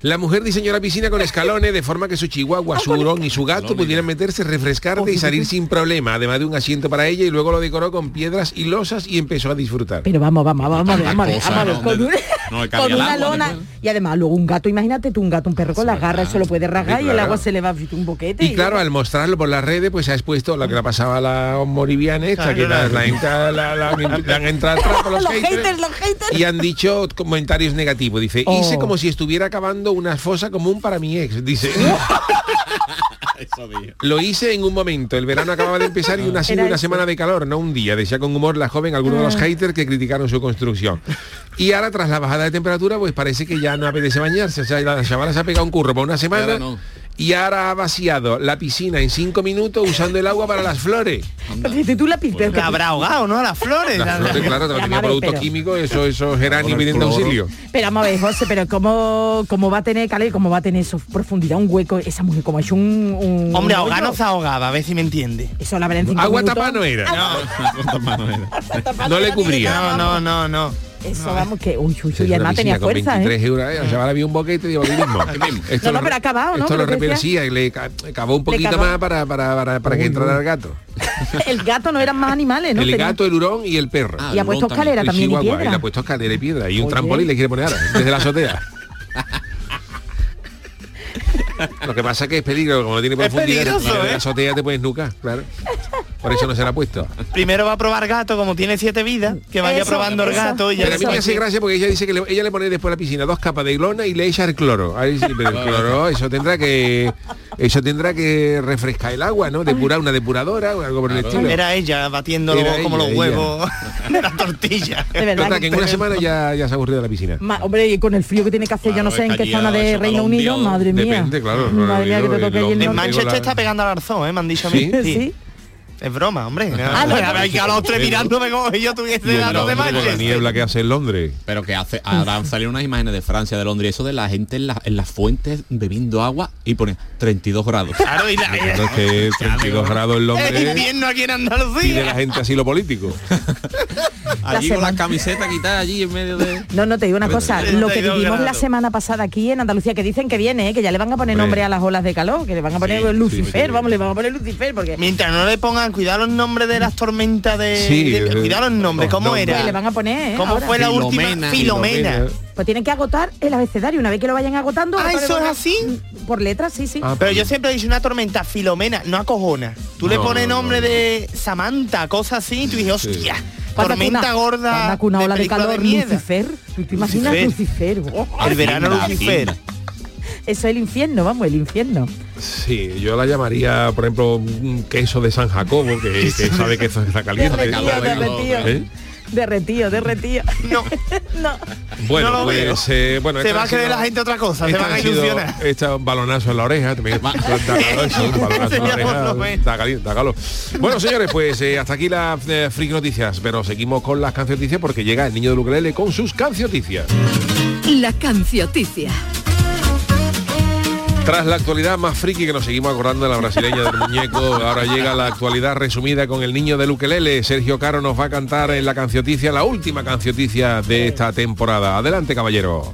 Speaker 1: La mujer diseñó la piscina con escalones de forma que su
Speaker 6: Ah,
Speaker 1: chihuahua, su hurón y su gato pudieran meterse, refrescarte y salir sin problema, además de un asiento para ella y luego lo decoró con piedras y losas y empezó a disfrutar.
Speaker 6: Pero vamos, vamos, vamos, a ver, vamos, a ver,
Speaker 8: cosa,
Speaker 6: vamos, a ver,
Speaker 8: ¿no?
Speaker 6: con,
Speaker 8: Donde-
Speaker 6: una-
Speaker 8: no le
Speaker 6: con
Speaker 8: cambia el
Speaker 6: una
Speaker 8: agua,
Speaker 6: lona
Speaker 8: después.
Speaker 6: y además luego un gato, imagínate tú un gato, un perro con las garras, se lo puede rasgar
Speaker 1: Sí,
Speaker 6: y el
Speaker 1: claro.
Speaker 6: agua se le va a un boquete.
Speaker 1: Y claro, al mostrarlo por las redes, pues se ha expuesto lo que le pasaba a la moriviana esta, que la, la entra- la- la- la han entrado atrás por los,
Speaker 6: los haters, los haters.
Speaker 1: y han dicho comentarios negativos. Dice,
Speaker 6: Oh.
Speaker 1: hice como si estuviera acabando una fosa común para mi ex. Dice,
Speaker 8: Eso digo.
Speaker 1: lo hice en un momento. El verano acababa de empezar y una, ha sido
Speaker 6: Ah. Era
Speaker 1: una
Speaker 6: eso. Ah.
Speaker 1: semana de calor, no un día. Decía con humor la joven algunos de los haters que criticaron su construcción. Y ahora, tras la bajada de temperatura, pues parece que ya no apetece bañarse. O sea, la chavala se ha pegado un curro por una semana.
Speaker 8: ahora no.
Speaker 1: Y ahora ha vaciado la piscina en cinco minutos usando el agua para las flores.
Speaker 6: Fíjate tú la pinta.
Speaker 7: Pues La habrá ahogado, ¿no? Las flores.
Speaker 1: Las
Speaker 7: la-
Speaker 1: flores, claro, te lo
Speaker 6: Ya,
Speaker 1: tenía
Speaker 6: vale,
Speaker 1: producto
Speaker 6: pero-
Speaker 1: químico, eso, eso, geranio
Speaker 8: Con el
Speaker 1: pidiendo
Speaker 8: cloro.
Speaker 1: auxilio.
Speaker 6: Pero vamos a ver, José, pero ¿cómo, cómo va a tener, Cale, cómo va a tener eso, profundidad, un hueco, esa mujer, como ha hecho un... un
Speaker 7: Hombre,
Speaker 6: hoyo?
Speaker 7: ahogar no se ahogaba, a ver si me entiende.
Speaker 6: Eso la habrá en cinco
Speaker 1: Agua
Speaker 6: minutos.
Speaker 1: tapa no era.
Speaker 6: Ah. Tapa
Speaker 1: no le
Speaker 6: tiene
Speaker 1: cubría.
Speaker 6: nada,
Speaker 7: No,
Speaker 6: vamos.
Speaker 7: no, no, no. eh.
Speaker 6: Eso vamos que... Uy, uy,
Speaker 1: Sí,
Speaker 6: uy, y
Speaker 1: una
Speaker 6: además
Speaker 1: piscina
Speaker 6: tenía
Speaker 1: con
Speaker 6: fuerza,
Speaker 1: 23
Speaker 6: ¿eh?
Speaker 1: euros, eh, la chavala vio un boquete y digo, aquí mismo. Esto
Speaker 6: No, no,
Speaker 1: lo-
Speaker 6: pero ha acabado, ¿no?
Speaker 1: Esto lo
Speaker 6: Creo que
Speaker 1: repel-
Speaker 6: decía.
Speaker 1: sí, le ca- acabó un poquito
Speaker 6: cavó.
Speaker 1: más para, para, para, para que entrara el gato.
Speaker 6: El gato no eran más animales, Eh, ¿no?
Speaker 1: el
Speaker 6: Tenía-
Speaker 1: gato, el hurón y el perro.
Speaker 8: Ah,
Speaker 6: Y ha puesto
Speaker 8: Lurón también.
Speaker 6: escalera
Speaker 1: El
Speaker 6: también y
Speaker 1: chihuahua, y le
Speaker 6: piedra.
Speaker 1: ha puesto escalera y piedra y un
Speaker 6: Oye.
Speaker 1: trampolín le quiere poner ahora, desde la azotea. Lo que pasa es que es peligro, como no tiene
Speaker 7: Es
Speaker 1: profundidad,
Speaker 7: peligroso,
Speaker 1: desde
Speaker 7: ¿eh?
Speaker 1: la azotea te puedes nucar, claro. Por eso no se la ha puesto.
Speaker 7: Primero va a probar gato, como tiene siete vidas, que vaya
Speaker 6: Eso,
Speaker 7: probando el
Speaker 6: eso.
Speaker 7: gato y ya
Speaker 1: Pero a mí me
Speaker 7: después-
Speaker 1: hace gracia porque ella dice que le- ella le pone después a la piscina dos capas de glona y le echa el cloro. Ahí sí, pero el cloro, eso tendrá que eso tendrá que refrescar el agua, ¿no? Depurar una depuradora o algo por el estilo.
Speaker 7: Era ella batiéndolo
Speaker 1: Era ella,
Speaker 7: como los
Speaker 1: ella.
Speaker 7: huevos de la tortilla.
Speaker 6: De verdad
Speaker 1: Total, que en una semana ya, ya se ha aburrido de la piscina.
Speaker 6: Ma- hombre, y con el frío que tiene que hacer, yo
Speaker 8: Claro,
Speaker 6: no
Speaker 8: es
Speaker 6: sé en
Speaker 8: que
Speaker 6: qué
Speaker 8: allí
Speaker 6: zona
Speaker 8: ha
Speaker 6: de
Speaker 8: hecho
Speaker 6: Reino
Speaker 8: calor un día
Speaker 6: Unido,
Speaker 8: o dos.
Speaker 6: madre mía.
Speaker 1: Depende, claro, no,
Speaker 6: Madre mía, que te
Speaker 1: el
Speaker 6: toca allí el
Speaker 1: hombre-
Speaker 7: En
Speaker 1: Digo,
Speaker 6: norte.
Speaker 7: Manchester
Speaker 1: la-
Speaker 7: este está pegando al arzón, ¿eh? Me han dicho a mí.
Speaker 1: ¿Sí?
Speaker 7: Sí.
Speaker 6: Sí.
Speaker 7: Es broma, hombre.
Speaker 6: Ah, no,
Speaker 7: Hay que a los tres mirándome como si yo
Speaker 1: Y
Speaker 7: tuviese
Speaker 1: el
Speaker 7: datos de
Speaker 1: hombre con la
Speaker 7: Manchester.
Speaker 1: niebla que hace en Londres.
Speaker 8: Pero que hace, ahora han salido unas imágenes de Francia, de Londres, y eso de la gente en, la- en las fuentes bebiendo agua y pone 32 grados.
Speaker 7: Claro, y la-
Speaker 1: Entonces, 32 grados en
Speaker 7: es
Speaker 1: Londres
Speaker 7: invierno aquí en
Speaker 1: y de la
Speaker 7: Andalucía.
Speaker 1: gente así lo político.
Speaker 8: Allí con
Speaker 6: semana.
Speaker 8: la camiseta quitada allí en medio de...
Speaker 6: No, no, te digo una cosa, lo que
Speaker 7: 32
Speaker 6: vivimos la
Speaker 7: grados.
Speaker 6: semana pasada aquí en Andalucía, que dicen que viene, ¿eh? que ya le van a poner
Speaker 1: Hombre.
Speaker 6: nombre a las olas de calor, que le van a poner Lucifer, vamos, le van a poner Lucifer, porque
Speaker 7: Mientras no le pongan, cuidado los nombres de las tormentas de...
Speaker 1: Sí,
Speaker 7: de-
Speaker 1: eh,
Speaker 7: cuidado los nombres,
Speaker 1: los
Speaker 7: ¿cómo
Speaker 1: nombres.
Speaker 7: era?
Speaker 6: le van a poner, ¿eh?
Speaker 7: ¿Cómo
Speaker 6: Ahora.
Speaker 7: fue la última?
Speaker 8: Filomena.
Speaker 7: Filomena.
Speaker 6: Pues tienen que agotar el abecedario, una vez que lo vayan agotando...
Speaker 7: Ah,
Speaker 6: ahora
Speaker 7: ¿eso
Speaker 6: le van
Speaker 7: es
Speaker 6: a-
Speaker 7: así?
Speaker 6: Por letras, sí, sí.
Speaker 1: Ah,
Speaker 7: Pero yo siempre he dicho una tormenta Filomena, no acojona. Tú le
Speaker 1: No,
Speaker 7: pones
Speaker 1: no, no,
Speaker 7: nombre
Speaker 1: no.
Speaker 7: de Samantha, cosas así, y tú dices, hostia,
Speaker 6: Cuando
Speaker 7: tormenta
Speaker 6: una-
Speaker 7: gorda.
Speaker 6: cuando una ola de
Speaker 7: película
Speaker 6: calor,
Speaker 7: mierda.
Speaker 6: Lucifer. ¿Tú te imaginas
Speaker 7: Lucifer.
Speaker 6: Lucifer? Oh,
Speaker 7: El verano
Speaker 8: Hacienda,
Speaker 7: Lucifer.
Speaker 8: Hacienda.
Speaker 6: eso es el infierno, vamos, el infierno.
Speaker 1: Sí, yo la llamaría, por ejemplo, un queso de San Jacobo, que, que sabe que eso está caliente.
Speaker 6: Derretido,
Speaker 1: ¿Eh?
Speaker 6: derretido.
Speaker 10: Derretido, derretido.
Speaker 11: No.
Speaker 10: no.
Speaker 1: Bueno,
Speaker 11: No lo
Speaker 1: pues eh, bueno,
Speaker 11: Se
Speaker 1: esta
Speaker 11: va
Speaker 1: ha
Speaker 11: a creer
Speaker 1: sido-
Speaker 11: la gente otra cosa, se
Speaker 1: esta
Speaker 11: van
Speaker 1: Este ha
Speaker 11: a
Speaker 1: sido-
Speaker 11: ilusionar.
Speaker 1: Esta un balonazo en la oreja, también un balonazo en la oreja, está caliente, está calor. Bueno, señores, pues eh, hasta aquí las eh, Freak Noticias, pero seguimos con las canciones porque llega el niño de Lucrele con sus canciones.
Speaker 4: La cancioticia.
Speaker 1: Tras la actualidad más friki que nos seguimos acordando de la brasileña del muñeco, ahora llega la actualidad resumida con el niño de Luquelele. Sergio Caro nos va a cantar en la cancioticia, la última cancioticia de esta temporada. Adelante, caballero.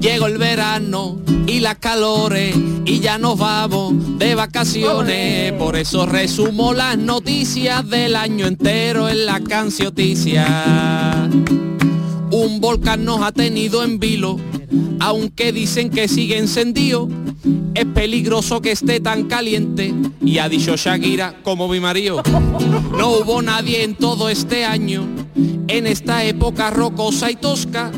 Speaker 8: Llegó el verano y las calores y ya nos vamos de vacaciones. Por eso resumo las noticias del año entero en la cancioticia. Un volcán nos ha tenido en vilo, aunque dicen que sigue encendido. Es peligroso que esté tan caliente y ha dicho Shakira como mi marido. No hubo nadie en todo este año, en esta época rocosa y tosca,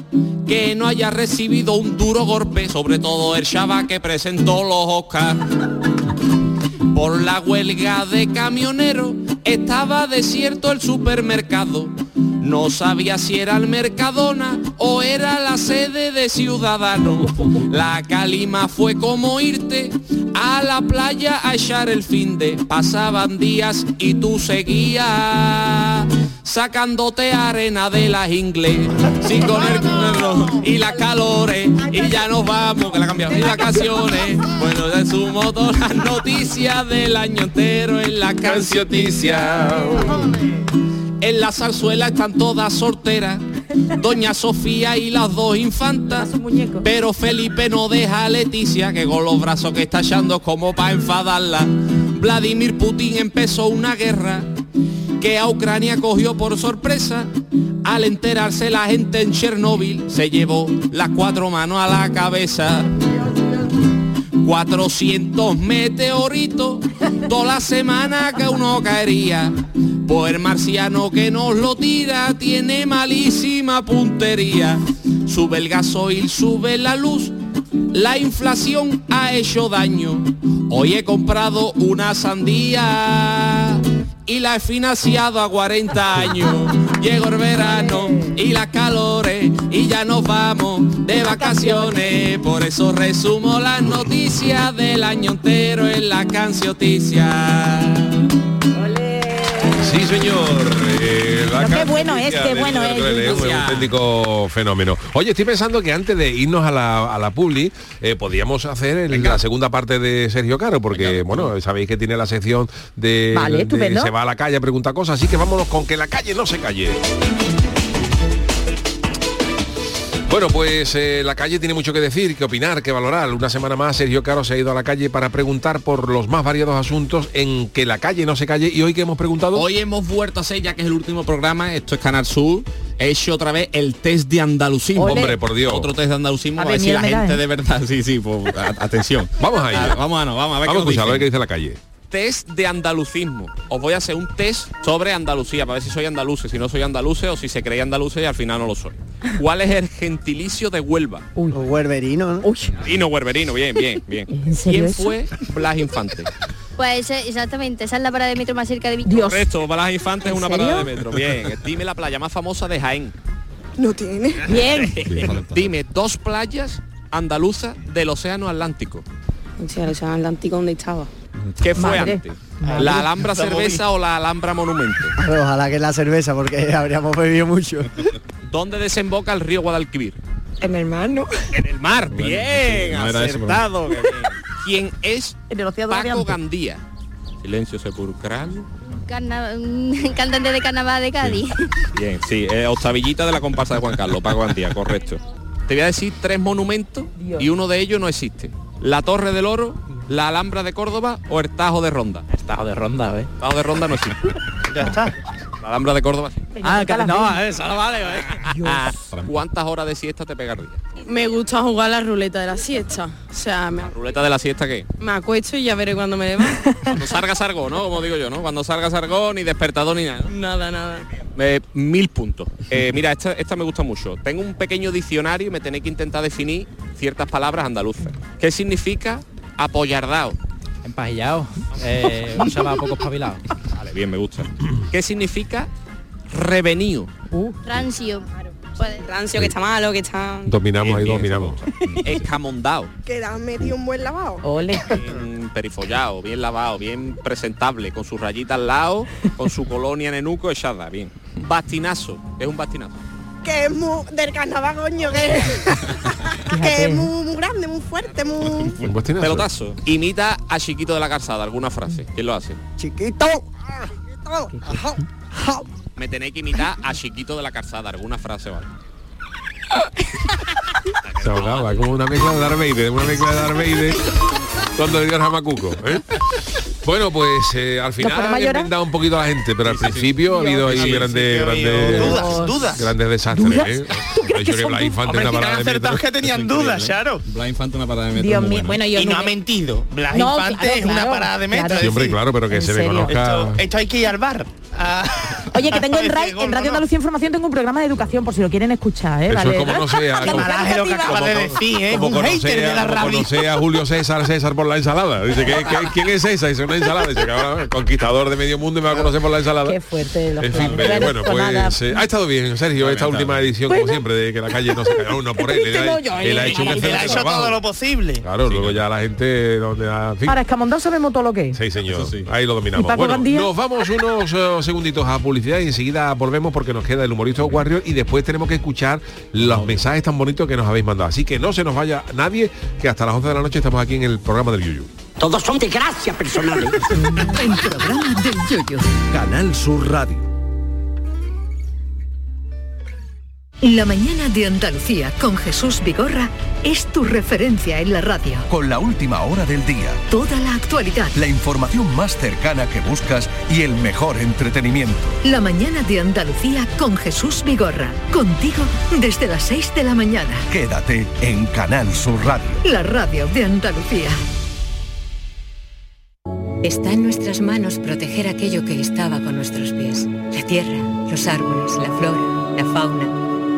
Speaker 8: que no haya recibido un duro golpe, sobre todo el Shaba que presentó los Oscars. Por la huelga de camioneros estaba desierto el supermercado. No sabía si era el Mercadona o era la sede de Ciudadanos. La calima fue como irte a la playa a echar el fin de. Pasaban días y tú seguías sacándote arena de las ingles. Sin con el cuerno y las calores y ya nos vamos, que la cambiamos, y vacaciones. Bueno, ya sumo todas las noticias del año entero en la cancioticia. En la zarzuela están todas solteras, Doña Sofía y las dos infantas. Pero Felipe no deja a Leticia, que con los brazos que está echando es como para enfadarla. Vladimir Putin empezó una guerra que a Ucrania cogió por sorpresa. Al enterarse la gente en Chernóbil se llevó las cuatro manos a la cabeza. 400 meteoritos toda la semana que uno caería. Pues el marciano que nos lo tira tiene malísima puntería. Sube el gasoil, sube la luz, la inflación ha hecho daño. Hoy he comprado una sandía y la he financiado a 40 años. Llegó el verano y las calores y ya nos vamos de vacaciones. Por eso resumo las noticias del año entero en la cancioticia.
Speaker 1: Sí, señor. Eh, la
Speaker 10: Pero qué bueno es,
Speaker 1: cancioticia
Speaker 10: qué
Speaker 1: del
Speaker 10: bueno
Speaker 1: niño
Speaker 10: es,
Speaker 6: eh.
Speaker 1: de Luquelele,
Speaker 10: Yuyu.
Speaker 1: un auténtico fenómeno. Oye, estoy pensando que antes de irnos a la, a la publi, eh, podríamos hacer el- la segunda parte de Sergio Caro, porque, bueno, sabéis que tiene la sección de,
Speaker 10: Vale,
Speaker 1: de-
Speaker 10: estupendo.
Speaker 1: se va a la calle a preguntar cosas, así que vámonos con que la calle no se calle. Bueno, pues eh, la calle tiene mucho que decir, que opinar, que valorar. Una semana más Sergio Caro se ha ido a la calle para preguntar por los más variados asuntos en que la calle no se calle. Y hoy que hemos preguntado...
Speaker 9: Hoy hemos vuelto a hacer, ya que es el último programa, esto es Canal Sur, he hecho otra vez el test de andalucismo.
Speaker 1: Ole. Hombre, por Dios.
Speaker 9: Otro test de andalucismo,
Speaker 1: A
Speaker 9: a
Speaker 1: ver,
Speaker 9: ver si
Speaker 1: miedo
Speaker 9: la
Speaker 1: me da,
Speaker 9: gente
Speaker 1: ¿eh?
Speaker 9: de verdad, sí, sí, pues, a- atención.
Speaker 1: Vamos a ir.
Speaker 9: A ver, vamos a, no, vamos a
Speaker 1: Vamos a
Speaker 9: ver qué nos
Speaker 1: escuchar, a ver qué
Speaker 9: dicen.
Speaker 1: dice la calle.
Speaker 9: Test de andalucismo. Os voy a hacer un test sobre Andalucía, para ver si soy andaluce, si no soy andaluce o si se creía andaluce y al final no lo soy. ¿Cuál es el gentilicio de Huelva?
Speaker 11: Uy. Huerverino, ¿no?
Speaker 9: Dino Huerverino, bien, bien, bien.
Speaker 11: serio
Speaker 9: ¿Quién
Speaker 11: eso?
Speaker 9: fue Blas Infante?
Speaker 7: Pues eh, exactamente, esa es la parada de metro más cerca de Victoria.
Speaker 9: Correcto, Blas Infante es
Speaker 7: ¿En
Speaker 9: una parada de
Speaker 7: serio?
Speaker 9: metro. Bien. Dime la playa más famosa de Jaén.
Speaker 7: No tiene.
Speaker 9: Bien. Dime dos playas andaluzas del Océano Atlántico.
Speaker 6: O sea, el Océano Atlántico donde estaba.
Speaker 9: ¿Qué fue
Speaker 6: Madre.
Speaker 9: antes?
Speaker 6: Madre.
Speaker 9: ¿La Alhambra
Speaker 6: Está
Speaker 9: Cerveza o la Alhambra Monumento?
Speaker 11: Ojalá que la cerveza, porque habríamos bebido mucho.
Speaker 9: ¿Dónde desemboca el río Guadalquivir?
Speaker 6: En el mar, ¿no?
Speaker 9: En el mar. Bien,
Speaker 6: sí, no era eso, pero-
Speaker 9: acertado. qué bien. ¿Quién es Paco Gandía? Silencio sepulcral.
Speaker 7: Carna- un cantante de carnaval de Cádiz.
Speaker 9: Bien, sí, eh, octavillita de la comparsa de Juan Carlos, Paco Gandía, correcto. Te voy a decir tres monumentos y uno de ellos no existe. La Torre del Oro, la Alhambra de Córdoba o el Tajo de Ronda. El Tajo de Ronda, ¿eh? Tajo de Ronda no existe. ya está. La Alhambra de Córdoba. sí.
Speaker 6: Ah, que no,
Speaker 9: esa no vale, ¿Cuántas horas de siesta te pega al día?
Speaker 6: Me gusta jugar la ruleta de la siesta. O sea, me,
Speaker 9: ¿Ruleta de la siesta qué?
Speaker 6: me acuesto y ya veré cuándo me levanto.
Speaker 9: Cuando salga Sargón, ¿no? Como digo yo, ¿no? Cuando salga Sargón, ni despertador ni nada. ¿no?
Speaker 6: nada, nada.
Speaker 9: Eh, mil puntos. Eh, mira, esta, esta me gusta mucho. Tengo un pequeño diccionario y me tenéis que intentar definir ciertas palabras andaluzas. ¿Qué significa apoyardao?
Speaker 10: Empajillado. Eh, un chaval poco espabilado.
Speaker 8: Vale, bien, me gusta. ¿Qué significa revenido?
Speaker 12: Rancio.
Speaker 13: Rancio, que está malo, que está...
Speaker 1: Dominamos ahí, dominamos.
Speaker 8: Escamondado.
Speaker 13: Que da medio un buen lavado.
Speaker 6: Ole.
Speaker 8: Bien perifollado, bien lavado, bien presentable, con sus rayitas al lado, con su colonia nenuco echada, bien. Bastinazo, es un bastinazo.
Speaker 14: Que es muy del carnaval, coño, que, que es muy, muy grande, muy fuerte, muy...
Speaker 8: Un Pelotazo. Imita a Chiquito de la Calzada, alguna frase. ¿Quién lo hace?
Speaker 14: Chiquito. Chiquito. Ajá, ajá.
Speaker 8: Me tenéis que imitar a Chiquito de la Calzada, alguna frase, ¿vale?
Speaker 1: Se ahogaba, es como una mezcla de Darth Vader, una mezcla de Darth Vader cuando le dio el jamacuco. ¿eh? Bueno, pues eh, al final
Speaker 6: ponemos a
Speaker 1: he
Speaker 6: llorar?
Speaker 1: brindado un poquito a la gente, pero al principio ha habido ahí
Speaker 8: Sí, sí,
Speaker 1: grandes,
Speaker 8: sí, que ha habido
Speaker 1: grandes,
Speaker 8: dudas, dudas.
Speaker 1: grandes desastres.
Speaker 8: ¿Dudas?
Speaker 1: ¿eh?
Speaker 8: ¿Tú crees
Speaker 1: Ha dicho
Speaker 8: que
Speaker 1: que
Speaker 8: son
Speaker 1: Blas
Speaker 8: dudas?
Speaker 1: Infante en una
Speaker 7: Hombre, que
Speaker 1: parada de metro. ¿eh?
Speaker 7: acertados que tenían dudas, Charo.
Speaker 10: Bla Infante una parada de metro
Speaker 6: Dios
Speaker 10: muy
Speaker 6: mío,
Speaker 10: buena.
Speaker 6: bueno, yo
Speaker 7: Y no
Speaker 6: nube-
Speaker 7: ha mentido. Blas
Speaker 6: No,
Speaker 7: Infante
Speaker 6: claro,
Speaker 7: es una
Speaker 6: claro,
Speaker 7: parada de metro.
Speaker 6: claro.
Speaker 7: es
Speaker 1: Sí, hombre,
Speaker 7: decir,
Speaker 1: claro, pero que
Speaker 6: ¿En
Speaker 1: se le
Speaker 6: serio?
Speaker 1: conozca.
Speaker 7: Esto hay que ir al bar. Ah,
Speaker 6: Oye, que tengo en,
Speaker 7: Parece
Speaker 6: Rai- en Radio Andalucía Información tengo un programa de educación por si lo quieren escuchar, ¿eh?
Speaker 1: Eso
Speaker 6: ¿Vale?
Speaker 1: es como no sea.
Speaker 6: Educación
Speaker 1: como-
Speaker 7: malaje lo que
Speaker 6: educativa.
Speaker 7: acabas de decir, ¿eh? Un hater de la
Speaker 1: como
Speaker 7: rabia.
Speaker 1: conoce a Julio César César por la ensalada. Dice, ¿qué, qué, quién es César? Dice, una ensalada. Dice, cabrón, conquistador de medio mundo y me va a conocer por la ensalada.
Speaker 6: Qué fuerte. los
Speaker 1: En fin,
Speaker 6: programas.
Speaker 1: eh, bueno,
Speaker 6: nada.
Speaker 1: pues eh, ha estado bien, Sergio, esta última edición, como siempre, de que la calle no se cayó uno por él. Él, ha- él ha hecho un
Speaker 7: Él ha
Speaker 1: excelente
Speaker 7: hecho todo
Speaker 1: trabajo.
Speaker 7: lo posible.
Speaker 1: Claro, luego ya la gente donde da- en fin.
Speaker 6: Ahora, Escamondón sabemos todo lo que es.
Speaker 1: Sí, señor. Ahí lo
Speaker 6: ¿Y
Speaker 1: dominamos.
Speaker 6: Paco
Speaker 1: Bueno,
Speaker 6: Gandía?
Speaker 1: nos vamos unos eh, segunditos a publicidad y enseguida volvemos porque nos queda el humorista Warrior y después tenemos que escuchar los mensajes tan bonitos que nos habéis mandado. Así que no se nos vaya nadie, que hasta las 11 de la noche estamos aquí en el programa del Yuyu.
Speaker 15: Todos son de gracia personales.
Speaker 4: El programa del yoyo.
Speaker 16: Canal Sur Radio.
Speaker 4: La mañana de Andalucía con Jesús Vigorra es tu referencia en la radio.
Speaker 17: Con la última hora del día.
Speaker 4: Toda la actualidad.
Speaker 17: La información más cercana que buscas y el mejor entretenimiento.
Speaker 4: La mañana de Andalucía con Jesús Vigorra. Contigo desde las 6 de la mañana.
Speaker 17: Quédate en Canal Sur Radio.
Speaker 4: La radio de Andalucía.
Speaker 18: Está en nuestras manos proteger aquello que estaba con nuestros pies. La tierra, los árboles, la flora, la fauna,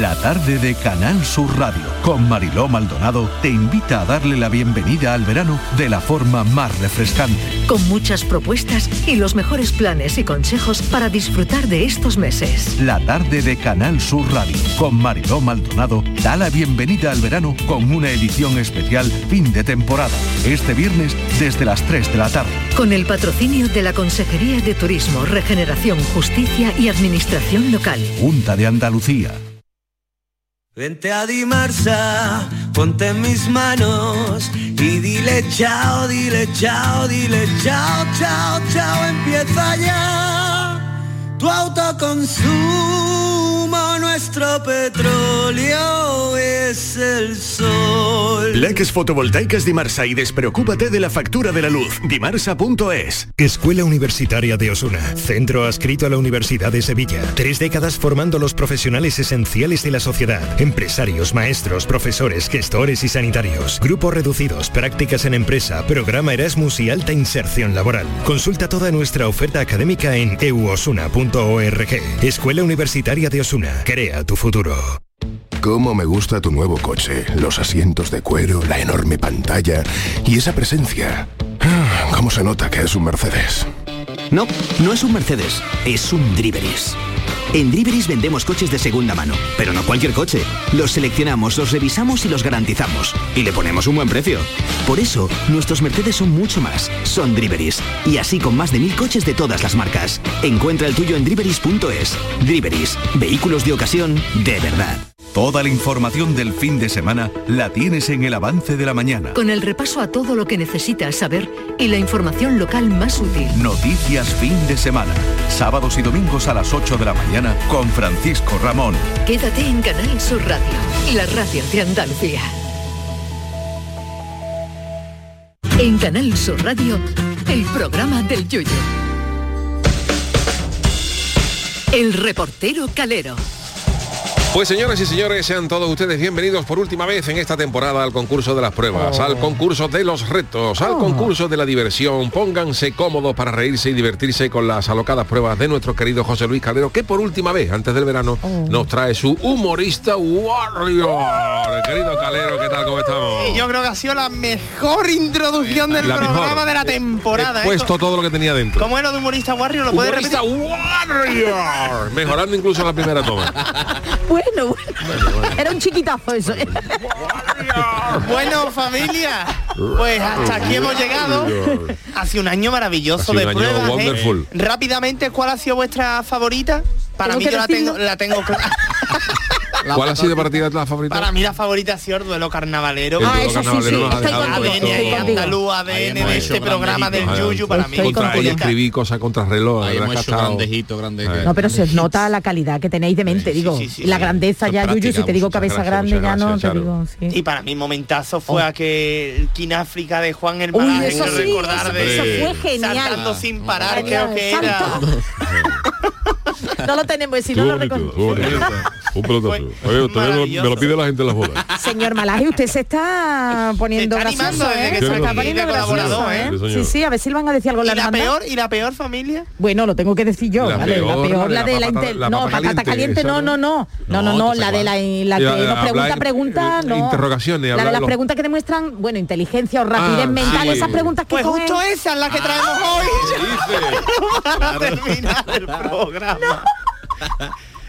Speaker 17: La tarde de Canal Sur Radio con Mariló Maldonado te invita a darle la bienvenida al verano de la forma más refrescante.
Speaker 4: Con muchas propuestas y los mejores planes y consejos para disfrutar de estos meses.
Speaker 17: La tarde de Canal Sur Radio con Mariló Maldonado da la bienvenida al verano con una edición especial fin de temporada. Este viernes desde las 3 de la tarde.
Speaker 4: Con el patrocinio de la Consejería de Turismo, Regeneración, Justicia y Administración Local.
Speaker 17: Junta de Andalucía.
Speaker 3: Vente a Dimarsa, ponte en mis manos y dile chao, dile chao, dile chao, chao, chao, empieza ya. Tu autoconsumo, nuestro petróleo es el sol.
Speaker 19: Placas fotovoltaicas Dimarsa y despreocúpate de la factura de la luz. Dimarsa.es.
Speaker 20: Escuela Universitaria de Osuna, centro adscrito a la Universidad de Sevilla. Tres décadas formando los profesionales esenciales de la sociedad. Empresarios, maestros, profesores, gestores y sanitarios. Grupos reducidos, prácticas en empresa, programa Erasmus y alta inserción laboral. Consulta toda nuestra oferta académica en euosuna.org. Escuela Universitaria de Osuna, crea tu futuro.
Speaker 21: Cómo me gusta tu nuevo coche, los asientos de cuero, la enorme pantalla y esa presencia. Ah, Cómo se nota que es un Mercedes.
Speaker 22: No, no es un Mercedes, es un Driveris. En Driveris vendemos coches de segunda mano, pero no cualquier coche. Los seleccionamos, los revisamos y los garantizamos. Y le ponemos un buen precio. Por eso, nuestros Mercedes son mucho más. Son Driveris. Y así con más de mil coches de todas las marcas. Encuentra el tuyo en Driveris.es. Driveris. Vehículos de ocasión de verdad.
Speaker 17: Toda la información del fin de semana la tienes en el avance de la mañana.
Speaker 4: Con el repaso a todo lo que necesitas saber y la información local más útil.
Speaker 17: Noticias fin de semana. Sábados y domingos a las 8 de la mañana con Francisco Ramón.
Speaker 4: Quédate en Canal Sur Radio, la radio de Andalucía. En Canal Sur Radio, el programa del Yuyo. El reportero Calero.
Speaker 1: Pues señoras y señores, sean todos ustedes bienvenidos por última vez en esta temporada al concurso de las pruebas,
Speaker 7: Oh.
Speaker 1: al concurso de los retos, al concurso de la diversión. Pónganse cómodos para reírse y divertirse con las alocadas pruebas de nuestro querido José Luis Calero, que por última vez, antes del verano,
Speaker 7: Oh.
Speaker 1: nos trae su humorista warrior. Querido Calero, ¿qué tal? ¿Cómo estamos?
Speaker 7: Yo creo que ha sido la mejor introducción del
Speaker 1: La mejor.
Speaker 7: programa de la temporada. ¿eh?
Speaker 1: He puesto todo lo que tenía dentro.
Speaker 7: ¿Cómo era de humorista Warrior? ¿Lo puedes repetir?
Speaker 1: Humorista Warrior. Mejorando incluso la primera toma.
Speaker 6: Bueno, bueno. Era un chiquitazo eso. ¿eh?
Speaker 7: Bueno, familia, pues hasta aquí hemos llegado. Hace un año maravilloso
Speaker 1: Ha sido
Speaker 7: de
Speaker 1: un año
Speaker 7: pruebas. ¿eh?
Speaker 1: wonderful.
Speaker 7: Rápidamente, ¿cuál ha sido vuestra favorita? Para
Speaker 6: ¿Tengo
Speaker 7: mí
Speaker 6: que
Speaker 7: yo la
Speaker 6: decirlo?
Speaker 7: tengo, la tengo clara.
Speaker 1: ¿Cuál ha sido para ti la favorita?
Speaker 7: Para mí la favorita ha sido el duelo carnavalero.
Speaker 1: El Ah, duelo eso sí, carnavalero sí, nos ha estoy dejado contigo,
Speaker 7: ADN
Speaker 1: estoy contigo.
Speaker 7: andaluz, ADN de este programa del Yuyu para mí.
Speaker 1: Ah, Contra ella escribí cosas contra reloj. Eh.
Speaker 8: Ahí hemos hecho grandejito,
Speaker 1: grande.
Speaker 6: No, pero se os nota la calidad que tenéis de mente, digo. la grandeza ya, Yuyu, si te digo cabeza grande, ya no te digo. Ah, sí. Oh.
Speaker 7: Y para mí momentazo fue aquel Kináfrica de Juan el
Speaker 6: Uy,
Speaker 7: Barán,
Speaker 6: eso
Speaker 7: que
Speaker 6: sí,
Speaker 7: recordar
Speaker 6: eso-
Speaker 7: de
Speaker 6: eso fue genial.
Speaker 7: saltando sin parar,
Speaker 6: Ah,
Speaker 7: creo que era.
Speaker 6: No lo tenemos, si no lo reconozco.
Speaker 3: Un pelotazo. Oye, todavía me lo- me lo pide la gente en las bodas.
Speaker 6: Señor Malaje, usted se está poniendo
Speaker 7: Se está
Speaker 6: gracioso,
Speaker 7: animando,
Speaker 6: ¿eh?
Speaker 7: ¿eh?
Speaker 3: Que
Speaker 6: Se
Speaker 3: se
Speaker 6: está
Speaker 3: está
Speaker 6: poniendo
Speaker 3: poniendo
Speaker 6: gracioso,
Speaker 3: colaborador,
Speaker 6: ¿eh?
Speaker 3: ¿eh? Sí,
Speaker 6: Sí,
Speaker 3: señor.
Speaker 6: sí, a ver si van a decir algo
Speaker 7: ¿Y
Speaker 6: la
Speaker 7: la
Speaker 6: hermandad.
Speaker 7: peor? ¿Y la peor familia?
Speaker 6: Bueno, lo tengo que decir yo,
Speaker 7: La
Speaker 6: ¿vale?
Speaker 7: peor,
Speaker 6: la peor, la de la,
Speaker 7: papa-
Speaker 6: intel-
Speaker 7: la
Speaker 6: no,
Speaker 7: papa
Speaker 6: patata
Speaker 7: caliente,
Speaker 6: caliente,
Speaker 7: esa
Speaker 6: no, no, no, no, no, no, la de la, la
Speaker 1: Y la de
Speaker 6: que nos
Speaker 1: hablar
Speaker 6: pregunta,
Speaker 1: en-
Speaker 6: pregunta, no.
Speaker 1: interrogaciones,
Speaker 6: la de
Speaker 1: hablar
Speaker 6: las
Speaker 1: los-
Speaker 6: preguntas que demuestran, bueno, inteligencia o rapidez
Speaker 1: Ah,
Speaker 6: mental,
Speaker 1: sí.
Speaker 6: esas preguntas que Ah.
Speaker 7: Pues
Speaker 6: cogen-
Speaker 7: justo esa es la que traemos hoy. Para terminar el programa.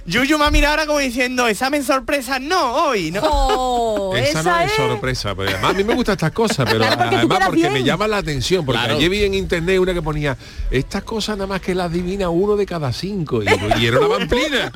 Speaker 7: Yuyu me ha mirado ahora como diciendo, examen sorpresa, no, hoy, no.
Speaker 6: Oh,
Speaker 1: Oh, Esa, no es, sorpresa, pero además a mí me gustan estas cosas, pero
Speaker 7: Claro, porque tú
Speaker 1: además
Speaker 7: quedas
Speaker 1: porque
Speaker 7: bien.
Speaker 1: me llama la atención, porque
Speaker 7: Claro.
Speaker 1: ayer vi en internet una que ponía estas cosas nada más que las adivina uno de cada cinco y, y era una vamplina.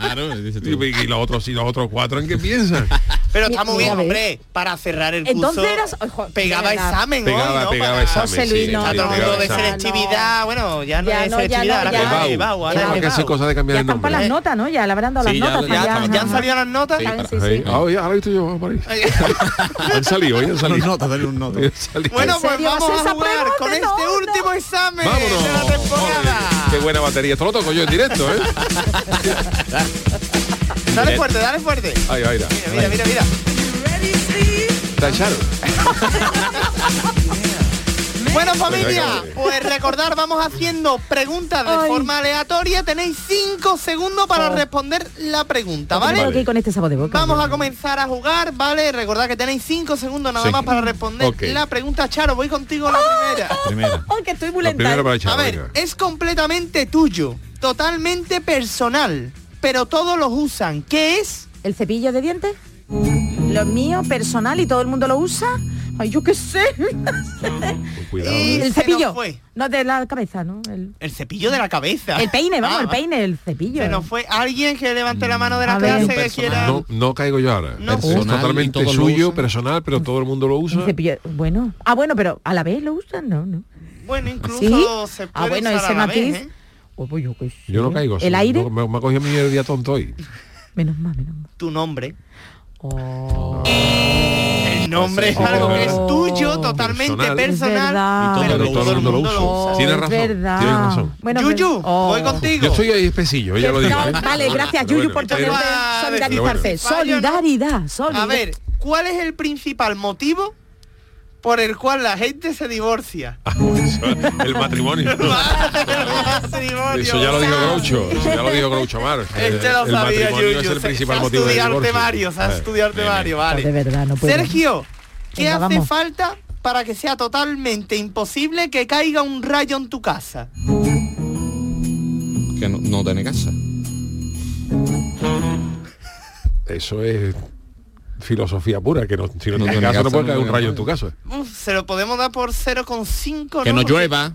Speaker 1: y, y los otros y los otros cuatro en qué piensan.
Speaker 7: Pero está muy
Speaker 6: Mira,
Speaker 7: bien,
Speaker 6: a ver.
Speaker 7: hombre, para cerrar el curso.
Speaker 6: Entonces eras- ojo,
Speaker 7: Pegaba
Speaker 6: de verdad.
Speaker 7: examen hoy,
Speaker 1: Pegaba-
Speaker 7: ¿no?
Speaker 1: pegaba
Speaker 7: Para-
Speaker 1: examen, José sí, Luis, sí, no,
Speaker 7: Está todo el
Speaker 1: pegaba
Speaker 7: mundo de
Speaker 1: examen.
Speaker 7: selectividad, bueno, ya no
Speaker 6: Ya
Speaker 7: es
Speaker 6: no, ya
Speaker 7: selectividad,
Speaker 6: no,
Speaker 7: ahora que
Speaker 6: ya.
Speaker 7: es Ebau, ahora
Speaker 1: Tenemos
Speaker 7: es
Speaker 1: que hacer
Speaker 7: Ebau.
Speaker 1: cosas de cambiar el
Speaker 6: Están para
Speaker 1: nombre.
Speaker 6: las notas, ¿no? Ya le habrán dado las
Speaker 1: Sí, ya-
Speaker 6: notas.
Speaker 1: ya estamos-
Speaker 7: ¿Ya han salido las notas?
Speaker 1: Ahí. Ah, oye, ahora he visto yo vamos por ahí. Han salido, hoy han salido. Han salido.
Speaker 7: Bueno, pues
Speaker 5: serio? ¿Vas
Speaker 7: vamos
Speaker 5: a
Speaker 7: a
Speaker 5: esa
Speaker 7: jugar con este último examen de la temporada.
Speaker 1: Qué buena batería. Esto lo toco yo en directo, ¿eh?
Speaker 7: Dale fuerte, dale fuerte.
Speaker 1: Ahí, ahí, ahí.
Speaker 7: Mira, mira, mira.
Speaker 1: Está Charo.
Speaker 7: Bueno familia, pues recordar, vamos haciendo preguntas de forma aleatoria. Tenéis 5 segundos
Speaker 6: Oh.
Speaker 7: para responder la pregunta, ¿vale?
Speaker 6: Tengo que ir con este sabor de boca.
Speaker 7: Vamos a comenzar a jugar, ¿vale? Recordad que tenéis 5 segundos nada
Speaker 6: Sí.
Speaker 7: más para responder
Speaker 6: Ok.
Speaker 7: la pregunta. Charo, voy contigo la primera.
Speaker 1: Primera.
Speaker 6: Ay, Oh, que estoy muy
Speaker 1: La primera para
Speaker 7: a
Speaker 1: Charo.
Speaker 7: ver,
Speaker 1: venga.
Speaker 7: es completamente tuyo, totalmente personal, pero todos los usan. ¿Qué es?
Speaker 6: ¿El cepillo de dientes? Lo mío, personal, y todo el mundo lo usa. Ay, yo qué sé.
Speaker 7: ¿eh?
Speaker 6: el
Speaker 7: Se nos
Speaker 6: cepillo.
Speaker 7: fue.
Speaker 6: No, de la cabeza, ¿no? El,
Speaker 7: El cepillo de la cabeza.
Speaker 6: el peine, vamos,
Speaker 7: Ah,
Speaker 6: el peine, el cepillo.
Speaker 7: Se nos fue alguien que levante la mano de la
Speaker 6: A ver.
Speaker 7: clase que quiera.
Speaker 1: No, no caigo yo ahora. Es
Speaker 8: Personal, y
Speaker 1: totalmente
Speaker 8: todos lo
Speaker 1: suyo, personal, pero todo el mundo lo
Speaker 6: Un
Speaker 1: usa.
Speaker 6: cepillo, bueno. Ah, bueno, pero a la vez lo usan, ¿no? no.
Speaker 7: Bueno,
Speaker 6: incluso
Speaker 7: se
Speaker 6: Ah,
Speaker 7: puede
Speaker 6: bueno,
Speaker 7: usar
Speaker 6: ese
Speaker 7: a la vez,
Speaker 6: matiz.
Speaker 7: ¿eh?
Speaker 6: Pues, pues, yo qué sé.
Speaker 1: Yo no caigo.
Speaker 6: El
Speaker 1: no-
Speaker 6: aire.
Speaker 1: no- me, me ha cogido mi día tonto hoy.
Speaker 6: Menos mal, menos
Speaker 7: mal. Tu nombre.
Speaker 6: Oh.
Speaker 7: El nombre
Speaker 1: Pues
Speaker 7: es algo que es tuyo, totalmente
Speaker 6: Personal.
Speaker 7: personal.
Speaker 6: Es verdad.
Speaker 7: pero
Speaker 1: Pero Oh, todo el mundo lo usa. Tienes
Speaker 6: es
Speaker 1: razón.
Speaker 6: verdad.
Speaker 1: Tienes razón.
Speaker 6: Bueno,
Speaker 7: Yuyu,
Speaker 6: pero-
Speaker 7: voy
Speaker 6: Oh.
Speaker 7: contigo.
Speaker 1: Yo estoy ahí espesillo, ella lo dijo.
Speaker 6: No,
Speaker 1: ¿eh?
Speaker 6: vale, gracias,
Speaker 1: Pero
Speaker 6: Yuyu,
Speaker 1: bueno,
Speaker 6: por
Speaker 1: pero-
Speaker 6: tenerte- solidarizarse. Solidaridad, solidaridad.
Speaker 7: A ver, ¿cuál es el principal motivo por el cual la gente se divorcia?
Speaker 1: Ah, El matrimonio.
Speaker 7: Matrimonio.
Speaker 1: Eso ya lo dijo Groucho. Eso ya lo dijo Groucho Eh, Mar.
Speaker 7: Este lo
Speaker 1: el
Speaker 7: sabía,
Speaker 1: matrimonio
Speaker 7: Yuyu.
Speaker 1: es el
Speaker 7: Se-
Speaker 1: principal
Speaker 7: se ha
Speaker 1: motivo del
Speaker 7: estudiado
Speaker 1: divorcio.
Speaker 7: temarios, ha
Speaker 1: Eh,
Speaker 7: estudiado temarios, vale.
Speaker 6: Pues De verdad, no puedo.
Speaker 7: Sergio, ¿qué
Speaker 6: Ah, Venga,
Speaker 7: hace
Speaker 6: vamos.
Speaker 7: falta para que sea totalmente imposible que caiga un rayo en tu casa?
Speaker 8: Que no, no tiene casa.
Speaker 1: Eso es filosofía pura, que no, si no, tienes
Speaker 8: No tiene
Speaker 1: casa
Speaker 8: casa,
Speaker 1: no puede
Speaker 8: no
Speaker 1: caer un
Speaker 8: tiene
Speaker 1: rayo en tu casa.
Speaker 7: Uf, se lo podemos dar por 0,5.
Speaker 8: Que no
Speaker 7: Porque
Speaker 8: llueva.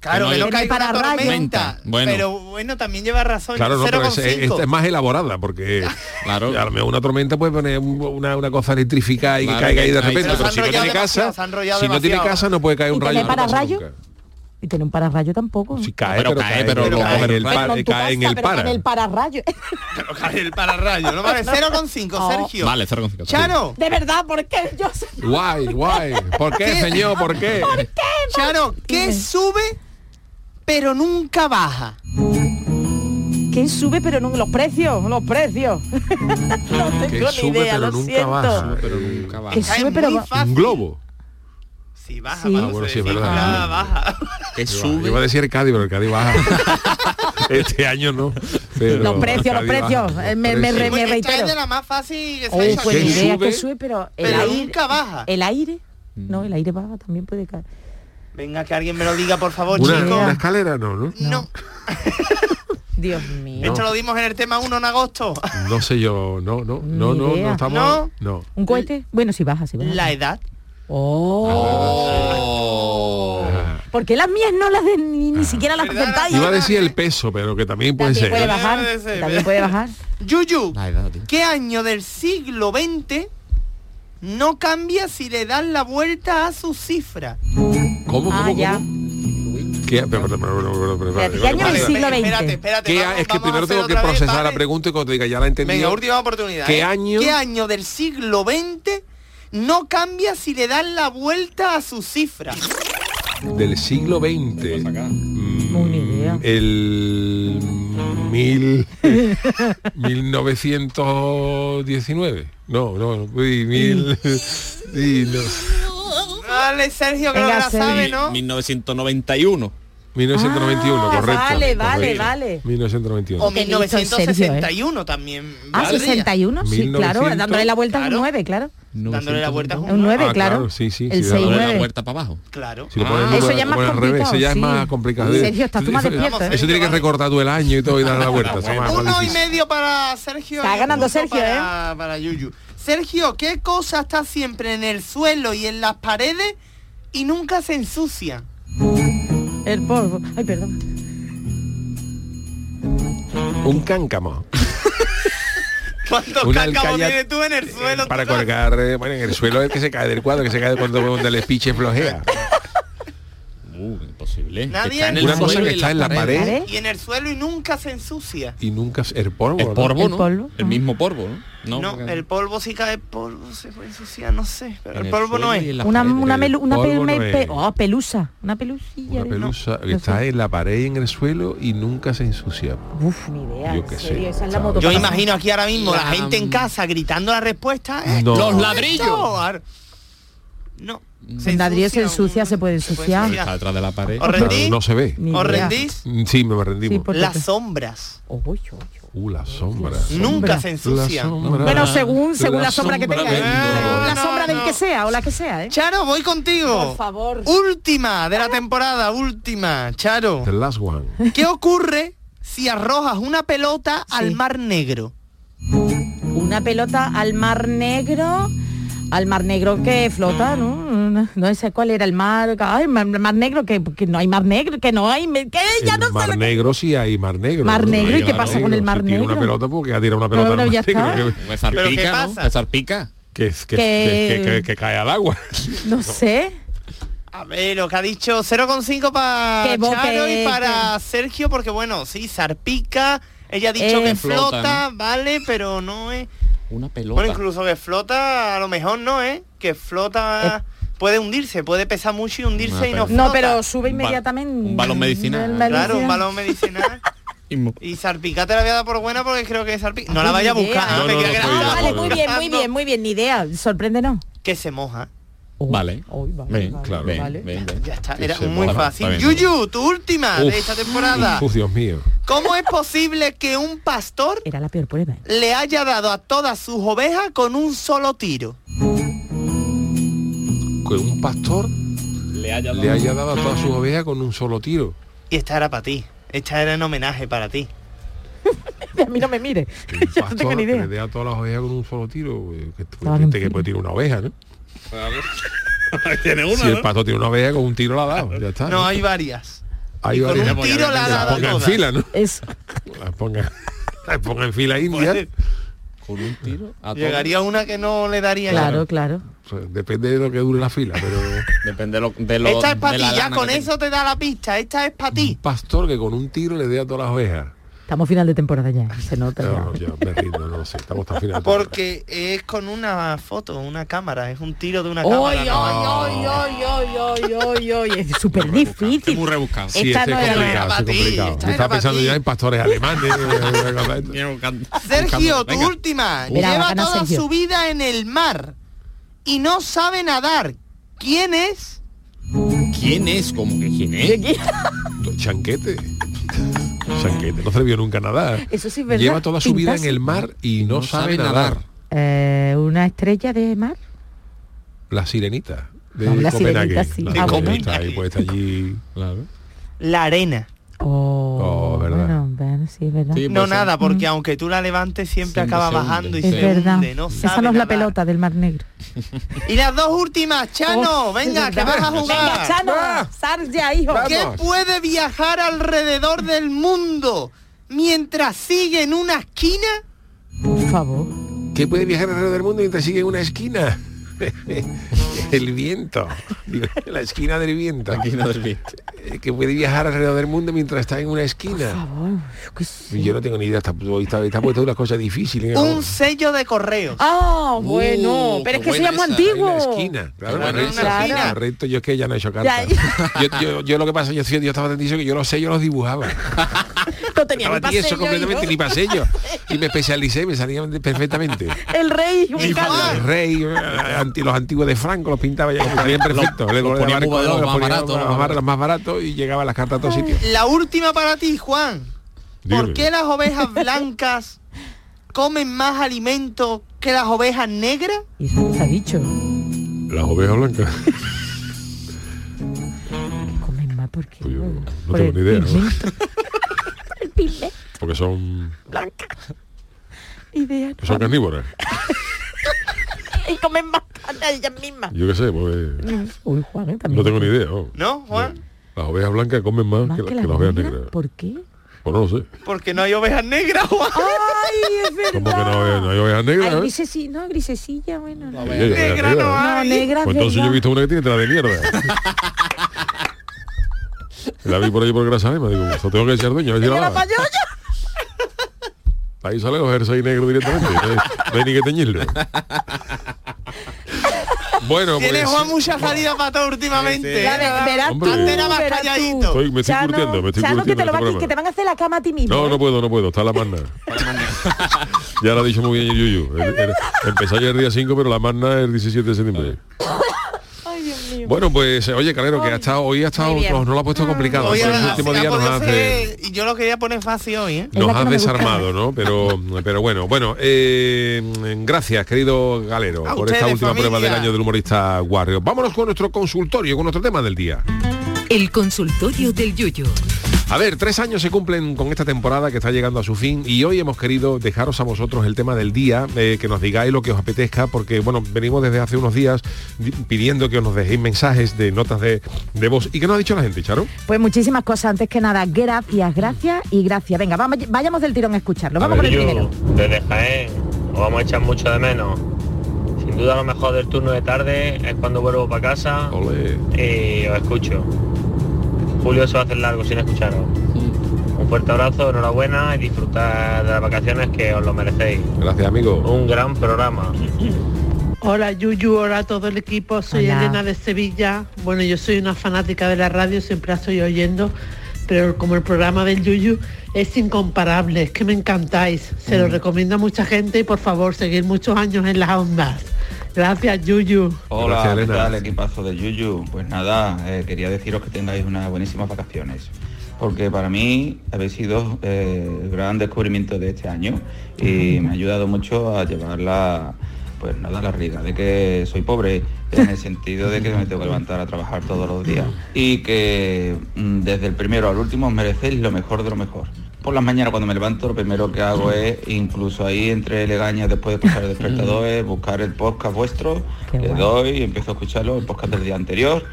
Speaker 7: Claro, que no,
Speaker 6: hay
Speaker 7: caiga
Speaker 6: para
Speaker 7: una
Speaker 6: rayos.
Speaker 7: tormenta.
Speaker 1: Bueno.
Speaker 7: Pero bueno, también lleva razón.
Speaker 1: Claro, no, pero es,
Speaker 7: 0,5.
Speaker 1: es- es más elaborada porque claro. a lo mejor una tormenta puede poner un- una, una cosa electrificada y que
Speaker 8: Claro,
Speaker 1: caiga ahí de
Speaker 8: ahí está.
Speaker 1: repente, pero,
Speaker 8: Pero se han
Speaker 1: si no
Speaker 8: enrollado
Speaker 1: tiene casa,
Speaker 7: demasiado,
Speaker 1: si
Speaker 7: se han enrollado
Speaker 1: no tiene
Speaker 7: demasiado.
Speaker 1: casa no puede caer
Speaker 6: ¿Y
Speaker 1: un rayo.
Speaker 6: tiene
Speaker 1: no pasa
Speaker 6: pararrayo?
Speaker 1: nunca.
Speaker 6: Y tiene un pararrayo tampoco.
Speaker 1: Si cae,
Speaker 8: Pero
Speaker 1: pero,
Speaker 8: cae, pero lo
Speaker 1: cae en
Speaker 8: coge
Speaker 1: el
Speaker 8: el
Speaker 1: par-
Speaker 6: Pero en tu
Speaker 1: cae en
Speaker 6: casa,
Speaker 1: el
Speaker 6: pero con
Speaker 1: para.
Speaker 6: el pararrayo.
Speaker 7: el pararrayo, ¿no? Vale, 0,5, Sergio.
Speaker 8: Vale, 0,5.
Speaker 7: Chano.
Speaker 6: Oh. De verdad, ¿por qué? Yo sé-
Speaker 1: Guay, guay. ¿Por qué, señor? ¿Por qué?
Speaker 7: Chano, ¿qué sube pero nunca baja?
Speaker 6: que sube pero no los precios, los precios. no tengo
Speaker 1: Que
Speaker 6: ni
Speaker 1: sube
Speaker 6: idea,
Speaker 1: pero
Speaker 6: lo
Speaker 1: nunca
Speaker 6: siento.
Speaker 1: baja. Pero nunca
Speaker 6: Que sube pero va-
Speaker 1: Un globo.
Speaker 7: Sí, baja,
Speaker 1: Ah, bueno, sí, es verdad.
Speaker 7: baja.
Speaker 1: Que sube. Iba a decir el Cádiz, pero el Cádiz baja. este año no. pero
Speaker 6: los precios, los
Speaker 1: Cádiz baja.
Speaker 6: precios. eh, Me, me, re- me
Speaker 7: Esta
Speaker 6: reitero.
Speaker 7: es de la más fácil que se
Speaker 6: Oh,
Speaker 7: ha hecho
Speaker 6: pues
Speaker 7: aquí.
Speaker 6: ni idea que sube, pero el
Speaker 7: pero
Speaker 6: aire.
Speaker 7: nunca baja.
Speaker 6: El aire. No, el aire baja también puede caer.
Speaker 7: Venga, que alguien me lo diga, por favor,
Speaker 1: Una,
Speaker 7: chicos.
Speaker 1: una escalera no, ¿no?
Speaker 6: Dios mío.
Speaker 7: Esto lo dimos en el tema 1 en agosto.
Speaker 1: No sé yo, no, no, no, no,
Speaker 6: idea.
Speaker 1: no estamos.
Speaker 7: No.
Speaker 1: no.
Speaker 6: ¿Un cohete? Bueno, si baja, si baja.
Speaker 7: La edad.
Speaker 6: Oh. Porque las mías no las de, ni, ni siquiera las acertáis.
Speaker 1: Ah. Iba a decir el peso, pero que también puede ser.
Speaker 6: También puede bajar.
Speaker 7: Puede ser,
Speaker 6: También puede bajar.
Speaker 7: Yuyu, ¿qué año del siglo XX no cambia si le dan la vuelta a su cifra?
Speaker 1: ¿Cómo,
Speaker 7: Ah,
Speaker 1: cómo,
Speaker 7: ya.
Speaker 1: cómo? ¿Qué? Pero, pero, pero, pero, pero,
Speaker 7: Espérate,
Speaker 1: pero,
Speaker 7: ¿qué año
Speaker 1: vale, vale.
Speaker 7: del siglo XX? Espérate, espérate,
Speaker 1: ¿Qué
Speaker 7: vamos-
Speaker 1: a- es que
Speaker 7: vamos a
Speaker 1: primero
Speaker 7: hacer
Speaker 1: tengo que
Speaker 7: otra vez,
Speaker 1: procesar
Speaker 7: ¿vale?
Speaker 1: la pregunta y cuando diga ya la he entendido.
Speaker 7: Venga, última oportunidad.
Speaker 1: ¿Qué
Speaker 7: ¿eh?
Speaker 1: año?
Speaker 7: ¿Qué año del siglo XX no cambia si le dan la vuelta a su cifra?
Speaker 1: Del siglo XX. Mm, El mil, 1919. No, no, uy, mil. sí, no.
Speaker 7: Dale, Sergio, que no
Speaker 6: Venga,
Speaker 7: la sabe, ¿no?
Speaker 8: 1991.
Speaker 1: 1991, correcto.
Speaker 6: Ah, vale, vale,
Speaker 1: correcto.
Speaker 6: vale.
Speaker 1: 1991.
Speaker 7: O
Speaker 6: Qué listo es Sergio, ¿eh?
Speaker 7: 1961 también.
Speaker 6: Ah,
Speaker 7: valdría.
Speaker 6: 61, sí,
Speaker 1: 1900.
Speaker 6: claro, dándole la vuelta a un 9, claro.
Speaker 7: Dándole la vuelta a
Speaker 6: Un 9,
Speaker 1: Ah,
Speaker 6: claro.
Speaker 1: Sí, sí.
Speaker 6: El
Speaker 1: sí, dándole
Speaker 6: 6-9.
Speaker 1: para abajo.
Speaker 7: Claro.
Speaker 1: Si lo pones
Speaker 6: Ah.
Speaker 1: número-
Speaker 6: Eso ya es
Speaker 1: lo
Speaker 6: más
Speaker 1: pones al revés,
Speaker 6: complicado,
Speaker 1: eso ya
Speaker 6: sí.
Speaker 1: es más complicado.
Speaker 6: Sergio, estás tú más
Speaker 1: Eso-
Speaker 6: despierto, ¿eh?
Speaker 1: Eso tiene que recordar tú el año y todo y dar la vuelta. eso es más- más
Speaker 7: Uno y
Speaker 1: difícil.
Speaker 7: medio para Sergio.
Speaker 6: Está
Speaker 7: y
Speaker 6: ganando
Speaker 7: un punto
Speaker 6: Sergio, ¿eh?
Speaker 7: para, Para Yuyu. Sergio, ¿qué cosa está siempre en el suelo y en las paredes y nunca se ensucia?
Speaker 6: El polvo. Ay, perdón.
Speaker 1: Un cáncamo.
Speaker 7: ¿Cuántos
Speaker 1: Una
Speaker 7: cácamos
Speaker 1: alcaya- Eh,
Speaker 7: tienes tú en el suelo?
Speaker 1: Para colgar, eh, bueno, en el suelo el que se cae del cuadro, que se cae cuando el espiche flojea.
Speaker 8: Uh, imposible.
Speaker 7: Nadie.
Speaker 8: Está en el
Speaker 1: Una
Speaker 8: suelo
Speaker 1: cosa
Speaker 8: y
Speaker 1: que
Speaker 8: en
Speaker 1: está
Speaker 8: la
Speaker 1: en la
Speaker 8: pared.
Speaker 1: pared
Speaker 7: Y en el suelo y nunca se ensucia.
Speaker 1: y nunca el polvo.
Speaker 8: Es
Speaker 1: ¿no?
Speaker 8: polvo, ¿no? El mismo polvo, ¿no?
Speaker 7: No, el polvo sí cae polvo, se puede ensuciar, no sé, pero
Speaker 8: En
Speaker 7: el,
Speaker 8: el
Speaker 7: polvo no
Speaker 8: suelo
Speaker 7: es.
Speaker 8: y en la
Speaker 6: Una, una,
Speaker 1: El
Speaker 6: melu- una pe-
Speaker 1: polvo no
Speaker 6: me- pe-
Speaker 1: es.
Speaker 6: oh, pelusa. Una pelusilla.
Speaker 1: Una
Speaker 6: de-
Speaker 1: pelusa que está en la pared y en el suelo y nunca se ensucia.
Speaker 6: Uf, ni idea.
Speaker 1: Yo qué
Speaker 6: en serio,
Speaker 1: sé.
Speaker 6: esa es la moto.
Speaker 7: Yo imagino aquí ahora mismo la gente en casa gritando la respuesta. ¿eh?
Speaker 1: No. Los
Speaker 8: ladrillos. Mm.
Speaker 7: No.
Speaker 6: El ladrillo se ensucia, se puede ensuciar.
Speaker 8: Está detrás de la pared.
Speaker 7: ¿Os rendís?
Speaker 1: No se ve.
Speaker 6: Ni
Speaker 7: ¿Os
Speaker 6: idea.
Speaker 7: rendís?
Speaker 1: Mm, Sí, me
Speaker 6: Sí,
Speaker 1: rendimos.
Speaker 6: por-
Speaker 7: Las sombras.
Speaker 1: Uh, la sombra.
Speaker 7: Nunca se ensucia.
Speaker 1: La sombra.
Speaker 6: Bueno, según, según la, sombra, que
Speaker 1: sombra
Speaker 6: tenga.
Speaker 1: del
Speaker 6: Según la
Speaker 7: No,
Speaker 6: sombra
Speaker 7: no.
Speaker 6: del que sea o la que sea, ¿eh?
Speaker 7: Charo, voy contigo.
Speaker 6: Por favor.
Speaker 7: Última de la temporada, última, Charo.
Speaker 1: The last one.
Speaker 7: ¿Qué ocurre si arrojas una pelota al mar negro?
Speaker 6: Una pelota al mar negro. Al mar negro que flota, ¿no? No- No sé cuál era el mar. Ay, mar, mar negro, que, que no hay mar negro, que no hay. me- Que ya
Speaker 1: El
Speaker 6: no sé
Speaker 1: mar
Speaker 6: lo que-
Speaker 1: negro sí hay mar negro.
Speaker 6: Mar
Speaker 1: ¿no?
Speaker 6: negro, ¿y
Speaker 1: Hay
Speaker 6: qué pasa con el mar
Speaker 1: Si tira una
Speaker 6: negro?
Speaker 1: pelota porque ha tirado una pelota
Speaker 6: Pero
Speaker 1: al
Speaker 6: ya
Speaker 1: mar negro.
Speaker 6: está.
Speaker 1: que-
Speaker 8: Es zarpica, Pues ¿no? Es zarpica.
Speaker 1: Que, es- que-
Speaker 6: Que-
Speaker 1: que- que- que cae al agua.
Speaker 6: No sé.
Speaker 7: A ver, lo que ha dicho 0,5 para
Speaker 6: Que bo-
Speaker 7: Charo
Speaker 6: que-
Speaker 7: y para Sergio, porque bueno, sí, zarpica. Ella ha dicho
Speaker 6: Eh,
Speaker 7: que flota,
Speaker 8: Flota,
Speaker 7: vale, pero no es.
Speaker 8: Una pelota.
Speaker 7: Bueno, incluso que flota, a lo mejor no, ¿eh? Que flota puede hundirse, puede pesar mucho y hundirse
Speaker 8: Ah,
Speaker 7: y no flota.
Speaker 6: Eh. No, pero sube
Speaker 8: Un ba-
Speaker 6: inmediatamente.
Speaker 8: un balón medicinal.
Speaker 6: El medicinal.
Speaker 7: Claro, un balón medicinal. y zarpica te la voy a dar por buena porque creo que zarpica. No la
Speaker 6: Ni
Speaker 7: vaya a buscar,
Speaker 6: idea.
Speaker 7: ¿eh? Me queda
Speaker 6: Ah,
Speaker 7: grabado.
Speaker 6: vale, muy bien, muy bien, muy bien, ni idea. Sorpréndenos.
Speaker 7: Que se moja.
Speaker 8: Vale. Ven, claro. Ven,
Speaker 6: vale.
Speaker 8: ven, ven.
Speaker 7: Ya está,
Speaker 8: Que
Speaker 7: era
Speaker 8: se
Speaker 7: muy
Speaker 8: moja.
Speaker 7: fácil.
Speaker 8: Está bien.
Speaker 7: Yuyu, tu última
Speaker 1: Uf.
Speaker 7: de esta temporada.
Speaker 1: Uf, Dios mío.
Speaker 7: ¿Cómo es posible que un pastor
Speaker 6: Era la peor prueba. ¿eh?
Speaker 7: le haya dado a todas sus ovejas con un solo tiro?
Speaker 1: Que un pastor
Speaker 8: Le haya dado-
Speaker 1: le haya dado a todas sus ovejas con un solo tiro.
Speaker 7: Y esta era para ti. Esta era en homenaje para ti.
Speaker 6: A mí no me mire. Yo no tengo
Speaker 1: Pastor, Que
Speaker 6: ni
Speaker 1: le
Speaker 6: idea.
Speaker 1: dé a todas las ovejas con un solo tiro. eh, Que, que-
Speaker 6: Estaban
Speaker 1: que puede tirar una oveja, ¿no?
Speaker 8: Tiene una,
Speaker 1: si el
Speaker 8: ¿no?
Speaker 1: pastor tiene una oveja, con un tiro la da. Ya está.
Speaker 7: No, hay varias. Ahí va. Un tiro la
Speaker 1: Las
Speaker 7: ha dado
Speaker 1: ponga en
Speaker 7: todas.
Speaker 1: fila, ¿no?
Speaker 6: Es...
Speaker 1: Las ponga, las ponga en fila india.
Speaker 8: Con un tiro a
Speaker 7: Llegaría una que no le daría
Speaker 6: Claro, claro.
Speaker 1: Depende de lo que dure la fila, pero...
Speaker 8: Depende de lo, de
Speaker 7: nada. Esta es para ti, ya con eso te da la pista. Esta es para ti.
Speaker 1: Pastor que con un tiro le dé a todas las ovejas.
Speaker 6: Estamos final de temporada ya, se nota. ya.
Speaker 1: No, ya, me rindo, no sé, estamos hasta final.
Speaker 7: Porque es con una foto, una cámara, es un tiro de una
Speaker 6: Oy,
Speaker 7: cámara.
Speaker 6: oy,
Speaker 7: ¿no?
Speaker 6: oy, oy, oy, oy, oy, oy, es súper difícil.
Speaker 1: muy rebuscado. Sí,
Speaker 6: Esta
Speaker 1: este
Speaker 6: no
Speaker 1: es
Speaker 6: era
Speaker 1: complicado,
Speaker 6: para
Speaker 1: este es
Speaker 6: ti,
Speaker 1: complicado.
Speaker 6: esta
Speaker 1: Yo
Speaker 6: era
Speaker 1: estaba
Speaker 6: para
Speaker 1: pensando
Speaker 6: ti.
Speaker 1: ya en pastores alemanes.
Speaker 7: Sergio, tu última.
Speaker 6: Verá, va
Speaker 7: Lleva
Speaker 6: a ganar
Speaker 7: toda
Speaker 6: Sergio.
Speaker 7: su vida en el mar y no sabe nadar. ¿Quién es?
Speaker 8: ¿Quién es? ¿Cómo que quién
Speaker 1: ¿Eh?
Speaker 8: es?
Speaker 1: Chanquete. Chanquete. No se le vio nunca nadar.
Speaker 6: Eso sí es verdad.
Speaker 1: Lleva toda su vida en
Speaker 6: Pintazo.
Speaker 1: el mar y no, sabe, nadar.
Speaker 6: Eh, una estrella de mar.
Speaker 1: La sirenita. De
Speaker 6: No, la
Speaker 1: Copenhague.
Speaker 6: sirenita, sí.
Speaker 1: La
Speaker 6: Ah, bueno.
Speaker 1: sirenita, ahí, pues, está allí. Claro.
Speaker 7: La arena.
Speaker 6: Oh,
Speaker 1: verdad.
Speaker 6: Bueno, bueno, sí, es verdad. Mm.
Speaker 7: no nada, porque aunque tú la levantes siempre, acaba bajando y
Speaker 6: es
Speaker 7: se
Speaker 6: verdad.
Speaker 7: hunde, no
Speaker 6: Esa
Speaker 7: sabe
Speaker 6: no es la
Speaker 7: nadar.
Speaker 6: pelota del Mar Negro.
Speaker 7: Y las dos últimas, Chano,
Speaker 6: Oh,
Speaker 7: venga,
Speaker 6: es
Speaker 7: que
Speaker 6: verdad.
Speaker 7: vas a jugar.
Speaker 6: Venga, Chano, sal ya, hijo.
Speaker 7: ¿Qué puede viajar alrededor del mundo mientras sigue en una esquina?
Speaker 6: Por favor.
Speaker 1: ¿Qué puede viajar alrededor del mundo mientras sigue en una esquina? el viento. Digo, La esquina del viento. La esquina del viento. Que puede viajar alrededor del mundo mientras está en una esquina. Yo no tengo ni idea, está, está, está puesto una cosa difícil. ¿eh?
Speaker 7: Un sello de correo.
Speaker 6: Ah, bueno,
Speaker 1: Uh,
Speaker 6: pero
Speaker 1: qué
Speaker 6: es que se
Speaker 1: buena
Speaker 6: llama
Speaker 1: esa.
Speaker 6: antiguo.
Speaker 1: En la esquina. Claro,
Speaker 6: Claro,
Speaker 1: correcto.
Speaker 6: en la esquina.
Speaker 1: Correcto, yo es que ya no he hecho
Speaker 6: Ya,
Speaker 1: cartas. Yo, yo- yo lo que pasa, yo, yo estaba tan tieso que yo los sellos los dibujaba.
Speaker 6: No tenía ni
Speaker 1: Estaba tieso
Speaker 6: pasello,
Speaker 1: completamente,
Speaker 6: hijo.
Speaker 1: ni pasello. Y me especialicé, me salían de- perfectamente.
Speaker 6: El rey, un calvo.
Speaker 1: El rey, eh, anti- los antiguos de Franco los pintaba ya como salían perfectos. Le
Speaker 8: los
Speaker 1: ponía
Speaker 8: ponía
Speaker 1: barco,
Speaker 8: muy
Speaker 1: los ponía
Speaker 8: baratos, baratos,
Speaker 1: más
Speaker 8: baratos.
Speaker 1: baratos, los más baratos y llegaban las cartas a todos sitios.
Speaker 7: La última para ti, Juan. ¿Por
Speaker 1: Dígame.
Speaker 7: qué las ovejas blancas comen más alimento que las ovejas negras?
Speaker 6: Se ha dicho.
Speaker 1: Las ovejas blancas. Pues No
Speaker 6: Por
Speaker 1: tengo ni idea, ¿no?
Speaker 6: El pile.
Speaker 1: porque son,
Speaker 6: Blanca. Idea.
Speaker 1: que son carnívoras.
Speaker 6: Y comen más carne a ellas mismas.
Speaker 1: Yo qué sé, pues,
Speaker 6: Uy, Juan, ¿eh? también.
Speaker 1: no tengo ni idea. vamos.
Speaker 7: ¿No, Juan?
Speaker 1: Las ovejas blancas comen más, que, la- que las ovejas negras.
Speaker 6: ¿Por qué?
Speaker 1: Pues no lo sé.
Speaker 7: Porque no hay ovejas negras, Juan.
Speaker 6: Ay, es verdad.
Speaker 1: Como que no hay, no hay ovejas negras.
Speaker 6: Ay,
Speaker 1: ¿eh?
Speaker 6: grisecilla, no, grisecilla, bueno. No,
Speaker 1: Sí, hay ovejas negras.
Speaker 6: no negra,
Speaker 1: Pues entonces yo he visto una que tiene tela de mierda. la vi por ahí por Grasalema, digo, esto tengo que ser dueño, a ver si la lava. Ahí sale los jersey negros directamente, no hay, no hay ni que teñirlo. Bueno,
Speaker 7: Tiene
Speaker 1: pues,
Speaker 7: Juan mucha salida para todo últimamente.
Speaker 6: Ya ve- verás
Speaker 1: Hombre.
Speaker 6: tú,
Speaker 1: Antes era
Speaker 7: más
Speaker 6: verás
Speaker 7: calladito.
Speaker 6: tú.
Speaker 1: Estoy- me estoy
Speaker 6: Chano,
Speaker 1: curtiendo, me estoy
Speaker 6: Chano, que
Speaker 1: curtiendo
Speaker 6: te, lo
Speaker 1: en este
Speaker 6: vas- que
Speaker 1: programa.
Speaker 6: te van a hacer la cama a ti mismo.
Speaker 1: no,
Speaker 6: ¿eh?
Speaker 1: no puedo, no puedo, está la magna. ya lo ha dicho muy bien Yuyu. El- el- Empezó ayer el día 5, pero la magna el 17 de septiembre.
Speaker 6: Ay, Dios mío.
Speaker 1: Bueno, pues, eh, oye, Calero, que ha estado, hoy ha estado,
Speaker 6: Muy bien.
Speaker 1: no, no lo ha puesto complicado.
Speaker 7: Hoy
Speaker 1: Por
Speaker 7: ha-
Speaker 1: el último
Speaker 7: ha
Speaker 1: día nos
Speaker 7: podido
Speaker 1: hace...
Speaker 7: ser- y yo lo quería poner fácil hoy, ¿eh?
Speaker 1: Nos has desarmado, ¿no? Pero, pero bueno, bueno, eh, gracias, querido Galero,
Speaker 7: A
Speaker 1: por esta
Speaker 7: ustedes,
Speaker 1: última
Speaker 7: familia.
Speaker 1: prueba del año del humorista Warrior. Vámonos con nuestro consultorio, con nuestro tema del día.
Speaker 4: El consultorio del Yuyo.
Speaker 1: A ver, tres años se cumplen con esta temporada que está llegando a su fin y hoy hemos querido dejaros a vosotros el tema del día, eh, que nos digáis lo que os apetezca, porque bueno, venimos desde hace unos días di- pidiendo que os nos dejéis mensajes de notas de, de voz. ¿Y qué nos ha dicho la gente, Charo?
Speaker 6: Pues muchísimas cosas. Antes que nada, gracias, gracias y gracias. Venga, vamos, vayamos del tirón a escucharlo. Vamos por el primero.
Speaker 9: desde Jaén, os ¿eh? vamos a echar mucho de menos. Sin duda lo mejor del turno de tarde es cuando vuelvo para casa y os escucho. Julio se va a hacer largo sin escucharos. Un fuerte abrazo, enhorabuena y disfrutad de las vacaciones que os lo merecéis.
Speaker 1: Gracias, amigo.
Speaker 9: Un gran programa.
Speaker 23: Hola Yuyu, hola a todo el equipo, soy
Speaker 9: Hola.
Speaker 23: Elena de Sevilla. Bueno, yo soy una fanática de la radio, siempre la estoy oyendo, pero como el programa del Yuyu es incomparable, es que me encantáis. Se lo recomiendo a mucha gente y por favor, seguir muchos años en las ondas. Gracias Yuyu.
Speaker 24: Hola,
Speaker 23: Gracias,
Speaker 24: ¿qué
Speaker 23: Elena.
Speaker 24: tal equipazo del Yuyu? Pues nada, eh, quería deciros que tengáis unas buenísimas vacaciones, porque para mí habéis sido eh, el gran descubrimiento de este año y me ha ayudado mucho a llevarla, pues nada, la realidad de que soy pobre, en el sentido de que me tengo que levantar a trabajar todos los días y que mm, desde el primero al último os merecéis lo mejor de lo mejor. Por las mañanas cuando me levanto lo primero que hago es, incluso ahí entre legañas después de pasar el despertador, es buscar el podcast vuestro, le doy, empiezo a escucharlo, el podcast del día anterior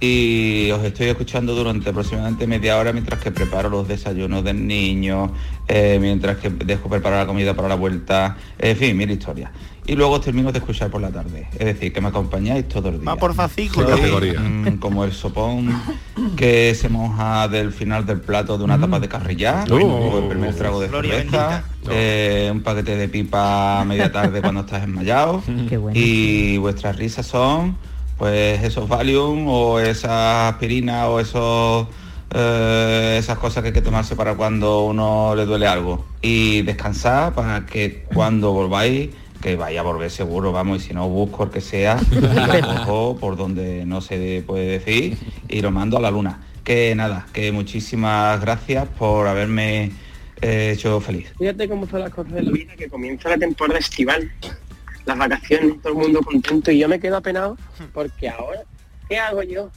Speaker 24: y os estoy escuchando durante aproximadamente media hora mientras que preparo los desayunos del niño, eh, mientras que dejo preparar la comida para la vuelta, en fin, mil historias. Y luego os termino de escuchar por la tarde, es decir, que me acompañáis todo el día.
Speaker 7: Va por fascículo.
Speaker 24: Soy, mm, como el sopón que se moja del final del plato de una tapa
Speaker 7: Mm.
Speaker 24: de carrillá, o el primer trago de cerveza, eh, un paquete de pipa a media tarde cuando estás enmayado, y vuestras risas son pues esos Valium o esas aspirina o esos eh, esas cosas que hay que tomarse para cuando uno le duele algo y descansar para que cuando volváis que vaya a volver seguro vamos y si no busco el que sea lo cojo por donde no se puede decir y lo mando a la luna que nada que muchísimas gracias por haberme eh, hecho feliz
Speaker 10: fíjate cómo son las cosas de la vida que comienza la temporada estival las vacaciones, todo el mundo contento y yo me quedo apenado porque ahora, ¿qué hago yo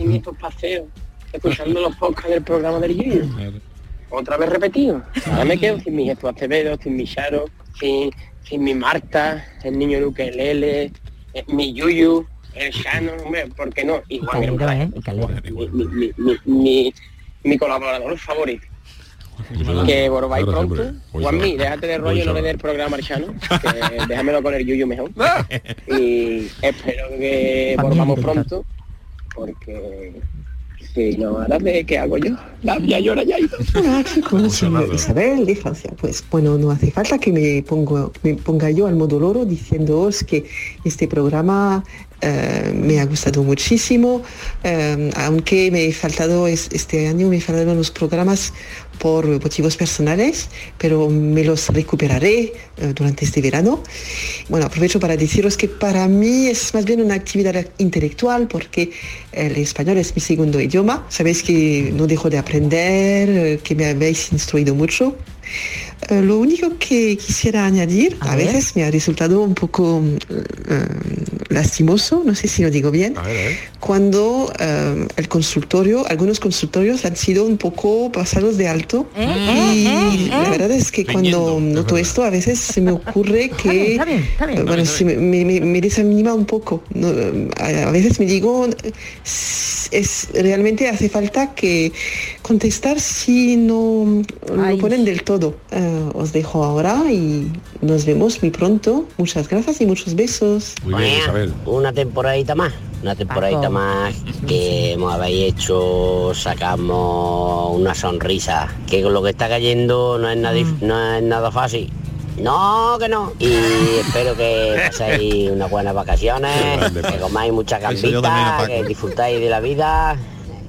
Speaker 10: en estos paseos? Escuchando los podcasts del programa del Yuyo. Otra vez repetido. Ahora me quedo sin mi Jesús Acevedo, sin mi Charo, sin, sin mi Marta, el niño Luque Lele, mi Yuyu, el Shano, hombre, ¿por qué no? Igual
Speaker 6: Calero,
Speaker 10: que
Speaker 6: ¿eh? Y Calero.
Speaker 10: mi, mi, mi, mi- mi colaborador favorito. Que Borobay
Speaker 3: Ahora
Speaker 10: pronto.
Speaker 3: siempre. Hoy
Speaker 10: Juanmi,
Speaker 3: se va.
Speaker 10: déjate de rollo
Speaker 3: Hoy
Speaker 10: no
Speaker 3: se
Speaker 10: le
Speaker 3: va.
Speaker 10: dé el programa al Chano, que déjamelo con el Yuyu mejor. Y espero que volvamos pronto, porque si no, ahora de qué hago yo. Labia llora ya.
Speaker 25: Hola, chicos, soy Isabel de Francia. Pues bueno, no hace falta que me, pongo, me ponga yo al modo loro diciéndoos que este programa eh, me ha gustado muchísimo, eh, aunque me he faltado, es- este año me faltaron los programas por motivos personales, pero me los recuperaré eh, durante este verano. Bueno, aprovecho para deciros que para mí es más bien una actividad intelectual porque el español es mi segundo idioma. Sabéis que no dejo de aprender, eh, que me habéis instruido mucho. Eh, lo único que quisiera añadir, a, ver. veces me ha resultado un poco mm, eh, lastimoso, no sé si lo digo bien, cuando eh, el consultorio, algunos consultorios han sido un poco pasados de alto y la verdad es que cuando noto esto a veces se me ocurre que
Speaker 6: Está bien, está bien.
Speaker 25: eh, bueno, sí, me, me- me desanima un poco. ¿no? A a veces me digo, es, es- realmente hace falta que contestar si no lo ponen del todo. Eh, os dejo ahora y nos vemos muy pronto. Muchas gracias y muchos besos.
Speaker 26: Bueno, Una temporadita más, una temporadita
Speaker 25: Paco.
Speaker 26: más que hemos habéis hecho, sacamos una sonrisa, que con lo que está cayendo no es nada, dif- no es nada fácil. No, que no. Y espero que paséis unas buenas vacaciones, que comáis mucha
Speaker 27: Eso yo de menos,
Speaker 26: gambita,
Speaker 27: Paco.
Speaker 26: que disfrutáis de la vida.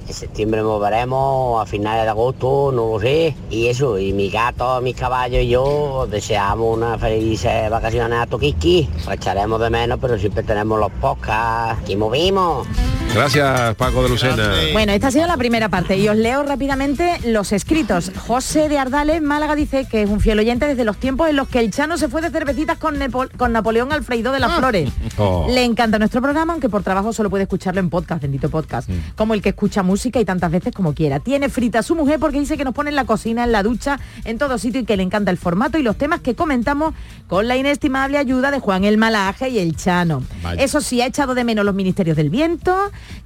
Speaker 26: En septiembre nos veremos, a finales de agosto, no lo sé. Y eso, y mi gato, mis caballos y yo deseamos unas felices vacaciones a Toquiski. Os echaremos de menos, pero siempre tenemos los podcasts. Aquí movimos.
Speaker 1: Gracias, Paco de Lucena.
Speaker 6: Bueno, esta ha sido la primera parte y os leo rápidamente los escritos. José de Ardales, Málaga, dice que es un fiel oyente desde los tiempos en los que el Chano se fue de cervecitas con, Nepo- con Napoleón Alfredo de
Speaker 1: Ah.
Speaker 6: las Flores.
Speaker 28: Oh.
Speaker 6: Le encanta nuestro programa, aunque por trabajo solo puede escucharlo en podcast, bendito podcast, como el que escucha música y tantas veces como quiera. Tiene frita a su mujer porque dice que nos pone en la cocina, en la ducha, en todo sitio y que le encanta el formato y los temas que comentamos con la inestimable ayuda de Juan el Malaje y el Chano.
Speaker 28: Vaya.
Speaker 6: Eso sí, ha echado de menos los Ministerios del Viento,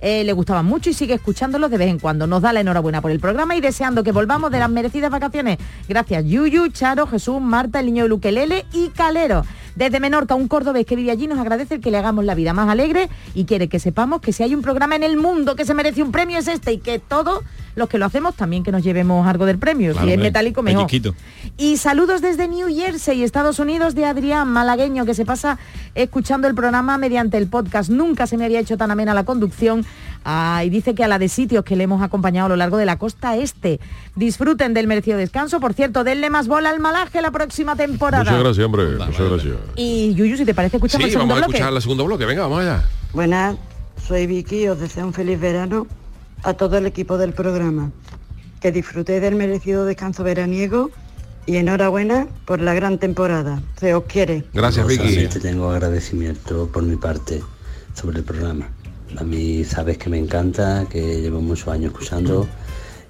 Speaker 6: eh, le gustaban mucho y sigue escuchándolos de vez en cuando. Nos da la enhorabuena por el programa y deseando que volvamos de las merecidas vacaciones. Gracias Yuyu, Charo, Jesús, Marta, el niño de Luquelele y Calero. Desde Menorca, un cordobés que vive allí nos agradece el que le hagamos la vida más alegre y quiere que sepamos que si hay un programa en el mundo que se merece un premio es este y que todos los que lo hacemos también que nos llevemos algo del premio. si es metálico mejor. Y saludos desde New Jersey, Estados Unidos, de Adrián, malagueño, que se pasa escuchando el programa mediante el podcast. Nunca se me había hecho tan amena la conducción. Ah, y dice que a la de sitios que le hemos acompañado a lo largo de la costa este. Disfruten del merecido descanso. Por cierto, denle más bola al malaje la próxima temporada.
Speaker 3: Muchas gracias, hombre. Muchas gracias.
Speaker 6: Y Yuyu, si te parece, escuchamos el
Speaker 3: Sí,
Speaker 6: segundo
Speaker 3: vamos a
Speaker 6: bloque.
Speaker 3: escuchar el segundo bloque. Venga, vamos allá.
Speaker 28: Buenas, soy Vicky, os deseo un feliz verano a todo el equipo del programa. Que disfrutéis del merecido descanso veraniego y enhorabuena por la gran temporada. Se os quiere.
Speaker 1: Gracias, Vicky.
Speaker 26: Te tengo agradecimiento por mi parte sobre el programa. A mí sabes que me encanta, que llevo muchos años escuchando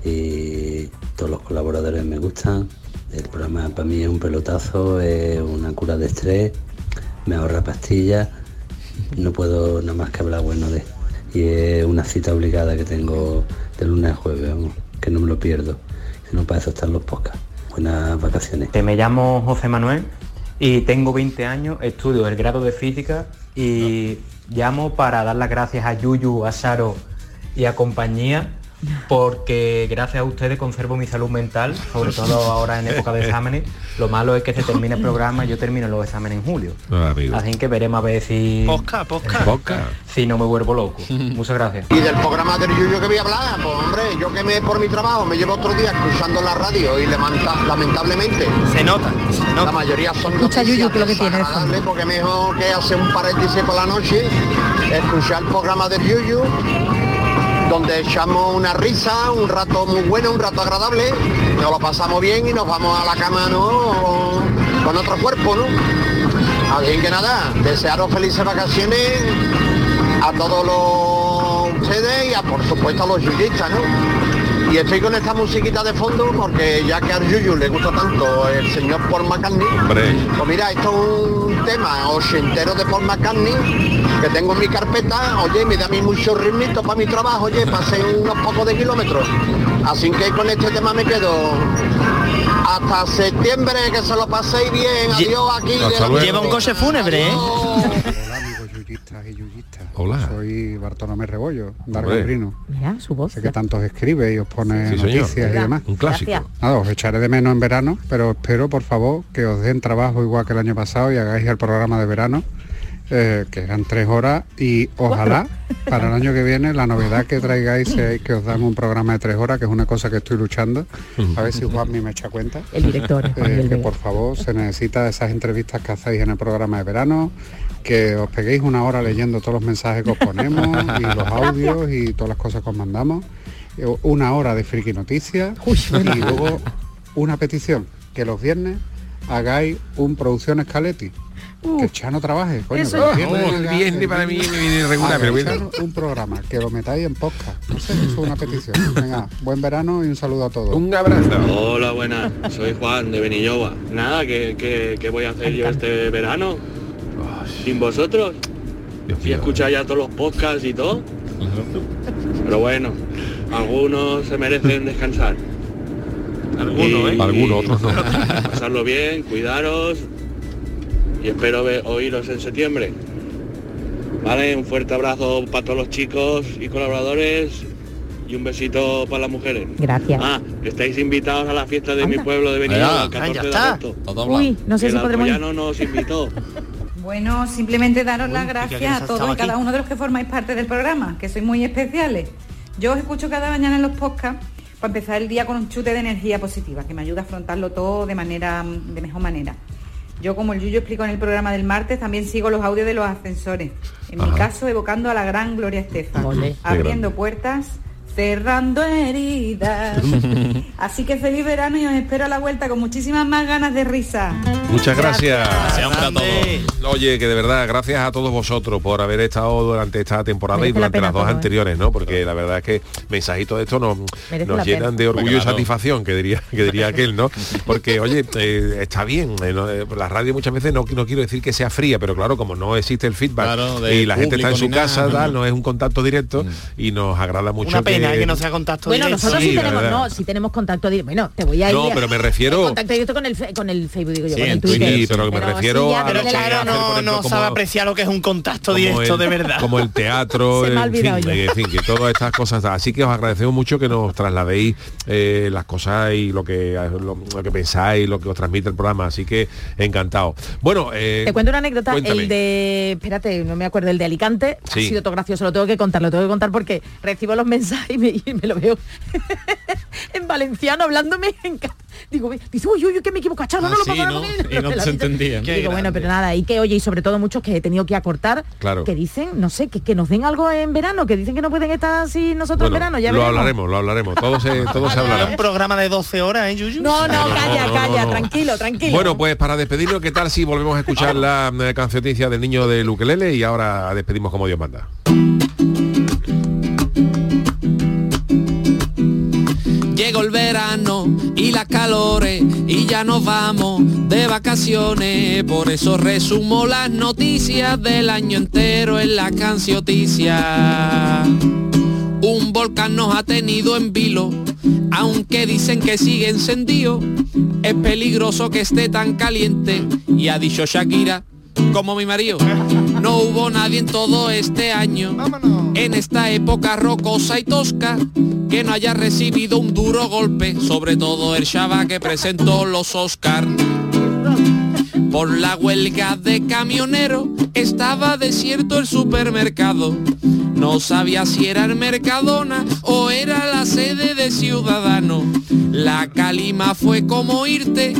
Speaker 26: y todos los colaboradores me gustan. El programa para mí es un pelotazo, es una cura de estrés, me ahorra pastillas, no puedo nada más que hablar bueno de.
Speaker 2: y es una cita obligada que tengo de lunes a jueves, vamos, que no me lo pierdo. Si no, para eso están los podcasts. Buenas vacaciones.
Speaker 29: Eh, Me llamo José Manuel y tengo 20 años, estudio el grado de física y llamo para dar las gracias a Yuyu, a Saro y a compañía porque gracias a ustedes conservo mi salud mental, sobre todo ahora en época de exámenes. Lo malo es que se termina el programa y yo termino los exámenes en julio.
Speaker 1: Ah, amigo.
Speaker 29: Así que veremos a ver si...
Speaker 7: Posca, posca.
Speaker 1: Posca.
Speaker 29: Si no me vuelvo loco. Muchas gracias.
Speaker 11: Y del programa del Yuyo que voy a hablar, pues hombre, yo que me por mi trabajo me llevo otro día escuchando la radio y lamenta, lamentablemente...
Speaker 7: Se nota, se nota.
Speaker 11: La mayoría son
Speaker 6: Escucha Yuyu que lo que tiene
Speaker 11: desagradables, porque mejor que hacer un paréntesis por la noche, escuchar el programa del Yuyu donde echamos una risa, un rato muy bueno, un rato agradable, nos lo pasamos bien y nos vamos a la cama, ¿no? Con otro cuerpo, ¿no? Así que nada, desearos felices vacaciones a todos los ustedes y a por supuesto a los yuyistas, ¿no? Y estoy con esta musiquita de fondo porque ya que al Yuyu le gusta tanto el señor Paul McCartney,
Speaker 1: Hombre.
Speaker 11: pues mira, esto es un tema ochentero de Paul McCartney que tengo en mi carpeta, oye, me da mi mucho ritmito para mi trabajo, oye, pasé unos pocos de kilómetros. Así que con este tema me quedo. Hasta septiembre, que se lo paséis bien.
Speaker 7: Lle-
Speaker 11: Adiós aquí.
Speaker 7: Hasta
Speaker 11: de la
Speaker 7: luego. Lleva un coche fúnebre, ¿eh?
Speaker 11: Adiós.
Speaker 30: yuyistas y yuyistas.
Speaker 1: Hola.
Speaker 30: Soy Bartolomé Rebollo,
Speaker 1: Hombre.
Speaker 30: Dargombrino.
Speaker 6: Mira, su voz.
Speaker 30: Sé que tantos escribe y os pone
Speaker 1: Sí, señor.
Speaker 30: noticias y demás.
Speaker 1: Un clásico. Gracias.
Speaker 30: Nada, os echaré de menos en verano, pero espero, por favor, que os den trabajo igual que el año pasado y hagáis el programa de verano, eh, que eran tres horas, y ojalá para el año que viene la novedad que traigáis es que os dan un programa de tres horas, que es una cosa que estoy luchando. A ver si Juanmi me echa cuenta.
Speaker 6: El director, Juanmi
Speaker 30: Eh,
Speaker 6: del
Speaker 30: que
Speaker 6: Vega.
Speaker 30: por favor se necesita esas entrevistas que hacéis en el programa de verano, que os peguéis una hora leyendo todos los mensajes que os ponemos y los audios y todas las cosas que os mandamos. Eh, Una hora de friki noticias y luego una petición, que los viernes hagáis un producción Scaletti. que Chano trabaje, coño.
Speaker 1: eso-
Speaker 30: que los viernes
Speaker 1: Oh, el
Speaker 30: haga-
Speaker 1: viernes para mí me viene regular,
Speaker 30: haga
Speaker 1: pero bueno.
Speaker 30: Chano un programa, que lo metáis en podcast. No sé, eso es una petición. Venga, buen verano y un saludo a todos.
Speaker 1: Un abrazo.
Speaker 11: Hola, buenas. Soy Juan de Benilloba. Nada, ¿qué, qué, qué voy a hacer yo este verano? Sin vosotros. Si escucháis ya todos los podcasts y todo. Pero bueno, algunos se merecen descansar. Algunos, ¿eh?
Speaker 1: Algunos, otros no.
Speaker 11: Pasarlo bien, cuidaros. Y espero ve- oíros en septiembre. Vale, un fuerte abrazo para todos los chicos y colaboradores. Y un besito para las mujeres.
Speaker 6: Gracias.
Speaker 11: Ah, estáis invitados a la fiesta de mi pueblo de Benidorm, el 14 de agosto.
Speaker 6: Uy, no sé
Speaker 11: El
Speaker 6: si podremos ir.
Speaker 11: Alcoyano nos invitó.
Speaker 27: Bueno, simplemente daros las
Speaker 11: quién
Speaker 27: gracias
Speaker 11: ha
Speaker 27: a todos
Speaker 11: estado
Speaker 27: y cada
Speaker 11: aquí?
Speaker 27: uno de los que formáis parte del programa, que sois muy especiales. Yo os escucho cada mañana en los podcasts para empezar el día con un chute de energía positiva, que me ayuda a afrontarlo todo de manera de mejor manera. Yo, como el Yuyo explico en el programa del martes, también sigo los audios de los ascensores. En mi
Speaker 31: Ajá.
Speaker 27: caso, evocando a la gran Gloria Estefan.
Speaker 31: Ole.
Speaker 27: Abriendo puertas, cerrando heridas. Así que feliz verano y os espero a la vuelta con muchísimas más ganas de risa.
Speaker 1: Muchas gracias.
Speaker 27: Gracias,
Speaker 7: hombre, a
Speaker 1: todos. Oye, que de verdad, gracias a todos vosotros por haber estado durante esta temporada y
Speaker 7: Merece la
Speaker 1: durante
Speaker 7: pena
Speaker 1: las dos
Speaker 7: todo, ¿eh?
Speaker 1: anteriores, ¿no? Porque la verdad es que mensajitos de esto nos,
Speaker 7: Merece
Speaker 1: nos
Speaker 7: la
Speaker 1: llenan
Speaker 7: pena.
Speaker 1: de orgullo
Speaker 7: Claro.
Speaker 1: y satisfacción, que diría, que diría aquel, ¿no? Porque, oye, eh, está bien, eh, no, eh, la radio muchas veces no, no quiero decir que sea fría, pero claro, como no existe el feedback
Speaker 7: Claro, de
Speaker 1: y la gente está en
Speaker 7: público
Speaker 1: su
Speaker 7: ni nada,
Speaker 1: casa,
Speaker 7: ¿no? Mm.
Speaker 1: tal, no es un contacto directo y nos agrada mucho.
Speaker 7: Una pena eh, que no sea contacto
Speaker 6: Bueno,
Speaker 7: directo.
Speaker 6: nosotros sí,
Speaker 1: Sí, la
Speaker 6: tenemos,
Speaker 1: verdad.
Speaker 6: no, sí tenemos contacto directo. Bueno, te voy a ir.
Speaker 1: No, pero me refiero-
Speaker 6: en contacto directo con el, fe- con el Facebook, digo yo,
Speaker 1: Sí,
Speaker 6: con el
Speaker 1: en Twitter,
Speaker 6: Twitter.
Speaker 1: sí, pero que me refiero
Speaker 6: ya,
Speaker 1: a
Speaker 6: pero
Speaker 1: lo
Speaker 6: claro,
Speaker 1: que hace, por
Speaker 7: no,
Speaker 1: ejemplo,
Speaker 7: no
Speaker 1: como-
Speaker 7: sabe apreciar lo que es un contacto
Speaker 1: como
Speaker 7: directo
Speaker 1: el-
Speaker 7: de verdad.
Speaker 1: Como el teatro,
Speaker 7: Se me ha
Speaker 1: en fin, eh,
Speaker 7: olvidado ya.
Speaker 1: en fin, que todas estas cosas. Así que os agradecemos mucho que nos trasladéis eh, las cosas y lo que eh, lo, lo que pensáis, lo que os transmite el programa. Así que encantado. Bueno, eh,
Speaker 6: Te cuento una anécdota,
Speaker 1: cuéntame.
Speaker 6: el de, espérate, no me acuerdo, el de Alicante,
Speaker 1: Sí.
Speaker 6: ha sido todo gracioso, lo tengo que contar, lo tengo que contar porque recibo los mensajes y me, y me lo veo en valenciano hablándome en ca- Digo, dice, uy, uy, uy, que me equivoco, chalo,
Speaker 32: Ah,
Speaker 6: no lo
Speaker 32: sí,
Speaker 6: puedo
Speaker 32: ¿no?
Speaker 6: poner,
Speaker 32: Y no
Speaker 6: me lo
Speaker 32: se
Speaker 6: ha dicho.
Speaker 32: entendían.
Speaker 6: Y
Speaker 32: Qué
Speaker 6: Digo, bueno,
Speaker 32: grande.
Speaker 6: pero nada, y que, oye, y sobre todo muchos que he tenido que acortar,
Speaker 1: Claro.
Speaker 6: que dicen, no sé, que, que nos den algo en verano, que dicen que no pueden estar así nosotros
Speaker 1: Bueno,
Speaker 6: en verano, ya
Speaker 1: lo
Speaker 6: veremos.
Speaker 1: hablaremos, lo hablaremos. Todo se, todo se hablará.
Speaker 7: Un programa de 12 horas, ¿eh, Yuyu?
Speaker 6: No, no,
Speaker 1: calla, no, calla, no.
Speaker 6: tranquilo, tranquilo.
Speaker 1: Bueno, pues para despedirnos, ¿qué tal si volvemos a escuchar la eh, cancioticia del niño de Luquelele y ahora despedimos como Dios manda?
Speaker 7: Llega
Speaker 8: llegó el verano y las calores y ya nos vamos de vacaciones. Por eso resumo las noticias del año entero en la cancioticia. Un volcán nos ha tenido en vilo, aunque dicen que sigue encendido. Es peligroso que esté tan caliente y ha dicho Shakira como mi marido. No hubo nadie en todo este año, en esta época rocosa y tosca, que no haya recibido un duro golpe, sobre todo el Shaba que presentó los Oscar. Por la huelga de camioneros estaba desierto el supermercado. No sabía si era el Mercadona o era la sede de Ciudadanos. La calima fue como irte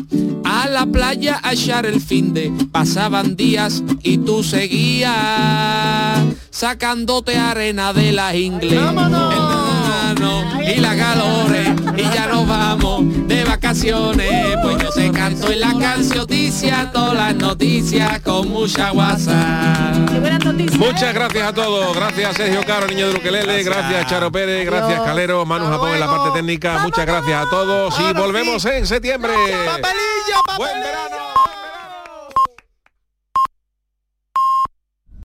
Speaker 8: a la playa a echar el fin de. Pasaban días y tú seguías sacándote arena de las ingles. El verano y las calores y ya nos vamos de vacaciones. Pues yo te canto en la cancioticia todas las noticias con mucha guasa.
Speaker 1: Muchas gracias a todos. Gracias Sergio Caro, niño de Ukelele. Gracias Charo Pérez. Gracias Calero. Manu Japón en la parte técnica. Muchas gracias a todos. Y volvemos en septiembre.
Speaker 30: ¡Papelillo, papelillo!
Speaker 1: ¡Buen verano!